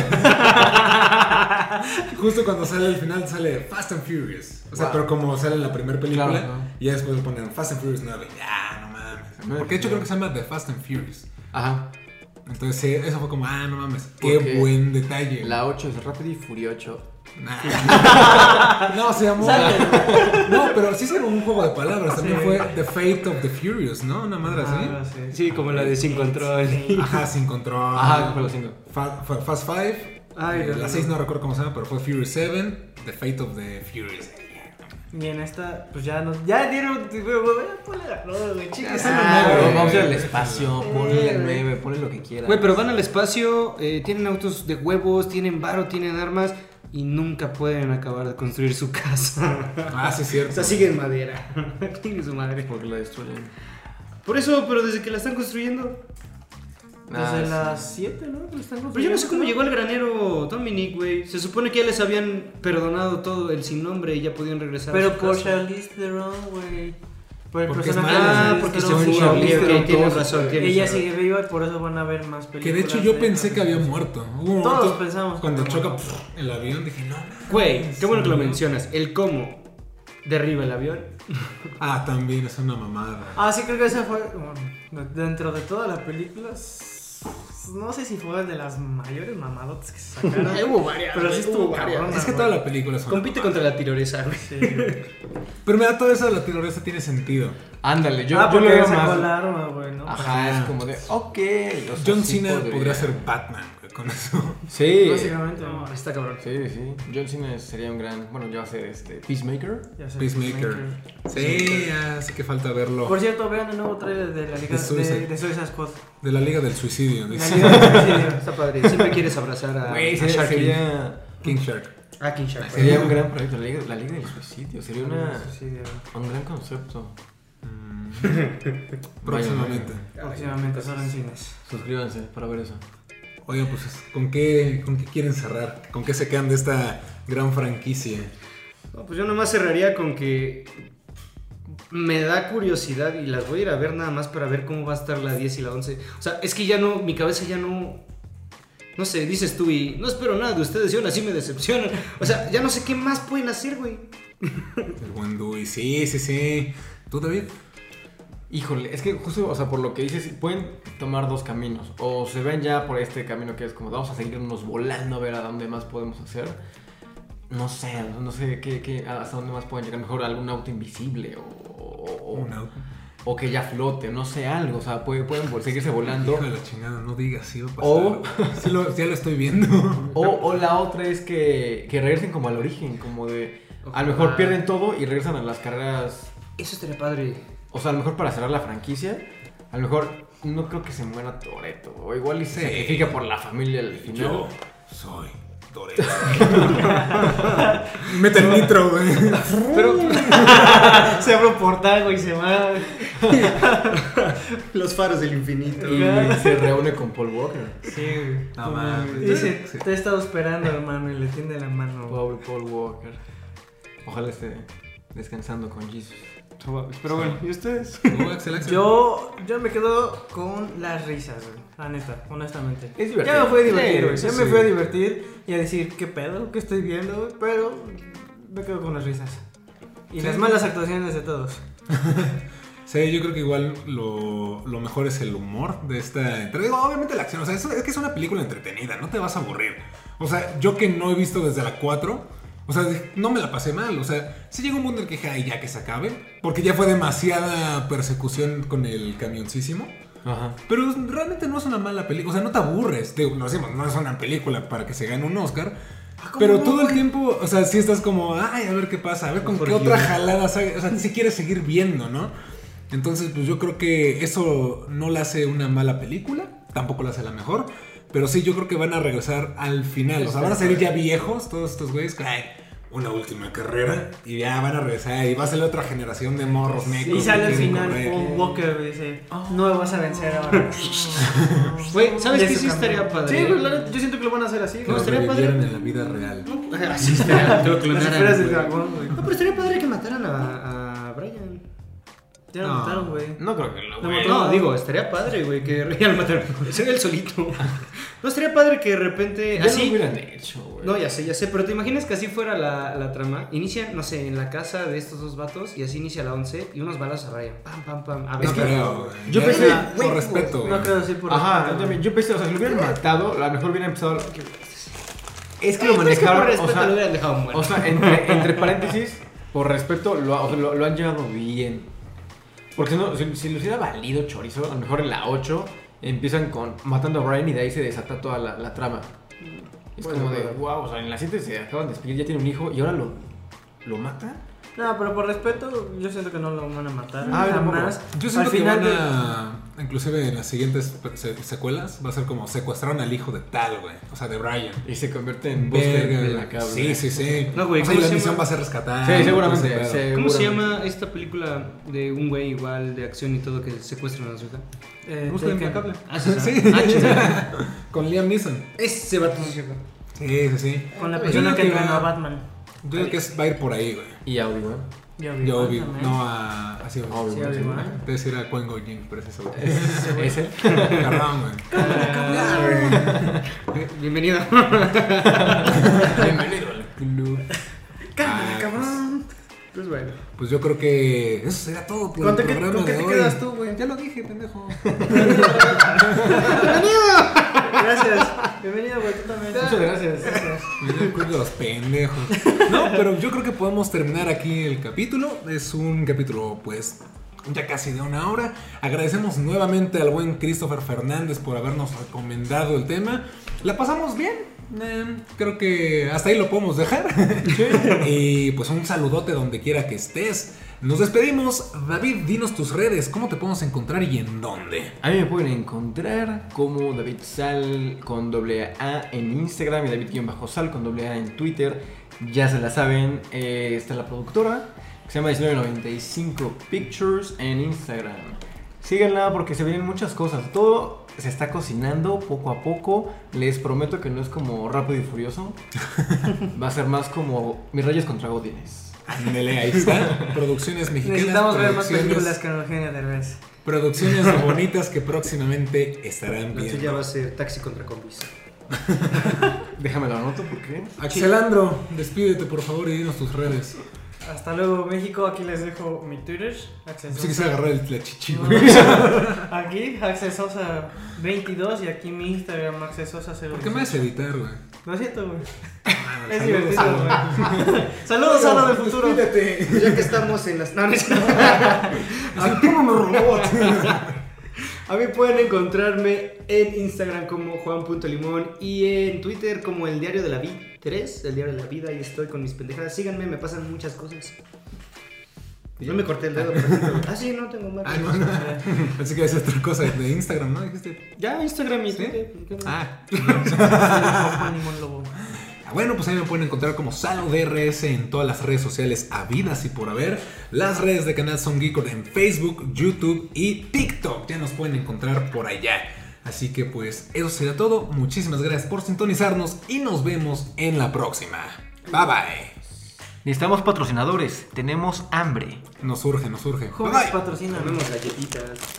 Justo cuando sale el final sale Fast and Furious. O sea, Wow. pero como sale en la primera película, Claro, ¿no? y después le ponen Fast and Furious 9. Ya, no mames. Porque de hecho creo que se llama The Fast and Furious. Ajá. Entonces, sí, eso fue como, ah, no mames. Qué Ok. buen detalle. La 8 es Rápido y Furiocho. Nah. no, se llamó. No, pero sí era un juego de palabras. También Sí. fue The Fate of the Furious, ¿no? Una madre así. Ah, sí. Sí, como la de Sin Control. Ajá, sin control. Ajá, fue la 5. Fa- fue Fast Five. Ay, eh, Dios la mío. 6 no recuerdo cómo se llama, pero fue Furious 7, The Fate of the Furious. Y en esta, pues ya nos. Ya dieron. Ponle la rola, güey, chicas. Ah, Ah, güey. güey. Vamos a ir al espacio, ponle el güey. 9, ponle lo que quieras. Güey, pero van al espacio, eh, tienen autos de huevos, tienen varo, tienen armas y nunca pueden acabar de construir su casa. Ah, sí, es o cierto. sea, siguen madera. Tiene su madre. Porque la destruyen. Por eso, pero desde que la están construyendo. Desde Ah, las 7, ¿no? Pues están Pero yo no sé cómo construyendo, llegó el granero Dominic, güey. Se supone que ya les habían perdonado todo el sin nombre y ya podían regresar. a Pero su por casa. Charlize Theron, güey. Por el Porque es personaje de mala. Ah, Charlize porque se Theron, fue. sí, Ok, Charlize ok, Theron. tienes razón, tienes Ella razón. sigue viva y por eso van a ver más películas. Que de hecho yo de pensé esas. que había muerto. Hubo un Todos momento pensamos que Cuando había choca muerto. pf, el avión, dije, no. mames. Güey, qué bueno que lo mencionas. El cómo derriba el avión. Ah, también es una mamada. Ah, sí, creo que esa fue. bueno, dentro de toda la película. s- No sé si fue de las mayores mamadotas que se sacaron. Hubo varias, Pero sí güey, estuvo hubo varias. cabrón. Es que güey. toda la película es una Compite contra la tirolesa, güey. Sí, Ah, güey. Pero me da todo eso de la tiradora tiene sentido. Ándale, yo, ah, yo lo porque veo sacó más. la arma, güey, ¿no? Ajá, es como de, ok. o sea, John sí Cena podría ser Batman güey, con eso. Sí. Básicamente, No, güey. está cabrón. Sí, sí. John Cena sería un gran. Bueno, yo va a ser este. Peacemaker. Ya sé, Peacemaker. Sí, así que falta verlo. Por cierto, vean el nuevo trailer de la Liga De Suicide. de, de Suicide Squad. De la Liga del Suicidio, La dice Liga del Suicidio. Está padre. Siempre quieres abrazar a, Güey, a sería, Sharky. sería, King Shark. A King Shark. Ah, sería un gran proyecto. La Liga, la Liga del Suicidio. Sería Una- una, un gran concepto. Mm. Vaya, Próximamente. Próximamente, solo en cines. Suscríbanse para ver eso. Oigan, pues, ¿con qué, ¿con qué quieren cerrar? ¿Con qué se quedan de esta gran franquicia? No, pues yo nomás cerraría con que me da curiosidad y las voy a ir a ver nada más para ver cómo va a estar la 10 y la 11. O sea, es que ya no, mi cabeza ya no... No sé, dices tú y no espero nada de ustedes y aún así me decepcionan. O sea, ya no sé qué más pueden hacer, güey. El buen Dewey. Sí, sí, sí. ¿Tú, David? Híjole, es que justo, o sea, por lo que dices, pueden tomar dos caminos. O se ven ya por este camino que es como vamos a seguirnos volando a ver a dónde más podemos hacer. No sé, no sé qué, qué- hasta dónde más pueden llegar. Mejor algún auto invisible o, o- o- Un auto. o que ya flote, no sé, algo. O sea, pueden, pueden vol- seguirse volando. Hijo de la chingada, no digas, sí va a pasar. O- Sí lo- ya lo estoy viendo. O, o la otra es que, que regresen como al origen, como de... A lo Ojalá. mejor pierden todo y regresan a las carreras Eso estaría padre. O sea, a lo mejor para cerrar la franquicia, a lo mejor no creo que se muera Toreto. O igual y se Sí. sacrifica por la familia al final. Yo soy Toreto. Mete el nitro, güey. Pero Se abre un portal, güey, y se va. los faros del infinito. Y se reúne con Paul Walker. Sí, güey. No mames. Dice, Sí. te he estado esperando, hermano, y le tiende la mano. güey. Pobre Paul Walker. Ojalá esté descansando con Jesus. Pero bueno, ¿y ustedes? ¿Tú, Axel, Axel? Yo, yo me quedo con las risas, güey. La neta, honestamente. Es divertido. Ya me fui a divertir, güey. Sí, ya sí, me sí. fui a divertir y a decir, ¿qué pedo? ¿Qué estoy viendo? güey? Pero me quedo con las risas. Y Sí. las malas actuaciones de todos. Sí, yo creo que igual lo, lo mejor es el humor de esta entrega. Digo, Obviamente la acción, o sea, es, es que es una película entretenida, no te vas a aburrir. O sea, yo que no he visto desde la 4, o sea, de- no me la pasé mal. O sea, sí llegó un punto en el que dije, ay, ya que se acabe, porque ya fue demasiada persecución con el camioncísimo. Ajá. Pero realmente no es una mala película, o sea, no te aburres. Digo, lo decimos, no es una película para que se gane un Oscar. Pero todo el tiempo, o sea, sí estás como, ay, a ver qué pasa, a ver con Por qué otra Dios. jalada sale. O sea, si quieres seguir viendo, ¿no? Entonces, pues yo creo que eso no la hace una mala película, tampoco la hace la mejor. Pero sí, yo creo que van a regresar al final. O sea, van a salir ya viejos todos estos güeyes. con, Ay, una última carrera. Y ya van a regresar. Y va a salir otra generación de morros mecos. Y sale que al quieren final correr. Paul Walker y dice, no me vas a vencer ahora. Güey, ¿sabes Y qué? eso Sí estaría cambia. padre. Sí, güey, la neta, yo siento que lo van a hacer así. Que No, güey. lo estaría padre, revivieran pero- en la vida real. Así estaría, que lo Las clonaran, esferas del güey. dragón, güey. No, pero estaría padre que mataran a, a Brian. Ya lo No. mataron, güey. No creo que lo No, güey. No, digo, estaría padre, güey, que ya lo mataron. Sería el solito. No, estaría padre que de repente. Ya así. lo hubieran hecho, güey. No, ya sé, ya sé, pero te imaginas que así fuera la, la trama. Inicia, no sé, en la casa de estos dos vatos y así inicia la 11 y unos balas a Brian. Pam, pam, pam. Ah, A ver, No pero- creo, güey. yo Ya, pensé, Por güey, respeto. No creo decir por Ajá, respeto, yo güey. también. Yo pensé, o sea, si lo hubieran matado, a lo mejor hubiera empezado. Es que Pero lo es que manejaron. por respeto o sea, lo hubieran dejado muerto. O sea, entre, entre paréntesis, por respeto, lo, ha- o sea, lo- lo han llevado bien. Porque si, no, si, si les hubiera valido chorizo, a lo mejor en la 8 empiezan con matando a Brian y de ahí se desata toda la, la trama. Es Bueno, como de, bueno. wow, o sea, en la 7 se acaban de despedir, ya tiene un hijo y ahora lo, lo mata. No, pero por respeto, yo siento que no lo van a matar. Ah, yo tampoco. jamás. Yo siento Al final que de- van a, inclusive en las siguientes se- secuelas, va a ser como secuestraron al hijo de tal, güey. O sea, de Brian. Y se convierte en Verga, Buster de güey. la cabra. Sí, sí, Ah, pues sí. No, güey, O sea, y ¿cómo la se misión llama? va a ser rescatada. Sí, seguramente. ¿Cómo se seguramente. llama esta película de un güey igual de acción y todo que secuestran a su hija? Eh, Busca Taken. implacable. Ah, sí, Sí. sí. Ah, chingada. Con Liam Neeson. Ese vato se hija. Sí, sí, sí. Con la Yo persona creo que que entrenó va- a Batman. Yo creo que es- va a ir por ahí, güey. Y Audi, ¿no? Yo Yo Batman, obvio. ¿eh? No a. Así obvio. Obi-Wan, Sí, Obi-Wan. Te decía era Quan Jin, pero es eso. güey. ¿Es él? Cabrón, güey. Ah, Bienvenido. Bienvenido al club. Cámara, Ah, cabrón. Pues bueno. Pues yo creo que eso será todo por el ¿Con qué- programa con qué de te hoy. quedas tú, güey? Ya lo dije, pendejo. Gracias. Bienvenido, güey. Tú también. Muchas gracias. Me dio el culo Pues de los pendejos. No, pero yo creo que podemos terminar aquí el capítulo. Es un capítulo, pues, ya casi de una hora. Agradecemos nuevamente al buen Christopher Fernández por habernos recomendado el tema. La pasamos bien. Eh, creo que hasta ahí lo podemos dejar. y pues un saludote donde quiera que estés. Nos despedimos. David, dinos tus redes. ¿Cómo te podemos encontrar y en dónde? A mí me pueden encontrar como David Sal con doble A en Instagram y David-Sal con doble A en Twitter. Ya se la saben, eh, está la productora que se llama 1995 Pictures en Instagram. Síganla porque se vienen muchas cosas. Todo se está cocinando poco a poco. Les prometo que no es como rápido y furioso. Va a ser más como mis reyes contra godines. Ándele, ahí está. Producciones mexicanas. Necesitamos ver más producciones- películas con Eugenio Derbez. Producciones bonitas que próximamente estarán La tuya va viendo. a ser taxi contra combis. Déjame lo anoto porque... Axelandro, despídete por favor y dinos tus redes. Hasta luego, México. Aquí les dejo mi Twitter. Axel Sí Sosa. quise agarrar el, la chichi, No. güey. Aquí, Axel Sosa 22. Y aquí mi Instagram, Axel Sosa 0. ¿Por qué me haces editar, güey? No es cierto, güey. Es Saludos. divertido, güey. Saludos a los del futuro. Despídete. Ya que estamos en las. No, no es- A mí pueden encontrarme en Instagram como Juan.limón y en Twitter como el Diario de la Vida 3, el Diario de la Vida, y estoy con mis pendejadas. Síganme, me pasan muchas cosas. Yo me corté el dedo. por ejemplo. Ah, sí, no tengo más. Ah, no, no. Pensé que iba a ser otra cosa de Instagram, ¿no? Dijiste. Ya, Instagram y Twitter. Ah. Juan Limón Lobo. Ah, Bueno, pues ahí me pueden encontrar como SaloDRS en todas las redes sociales habidas y por haber. Las redes de canal son Geekord en Facebook, YouTube y TikTok. Ya nos pueden encontrar por allá. Así que pues eso será todo. Muchísimas gracias por sintonizarnos y nos vemos en la próxima. Bye bye. Necesitamos patrocinadores, tenemos hambre. Nos urge, nos urge. Bye Jóvenes bye. patrocina. Comemos galletitas.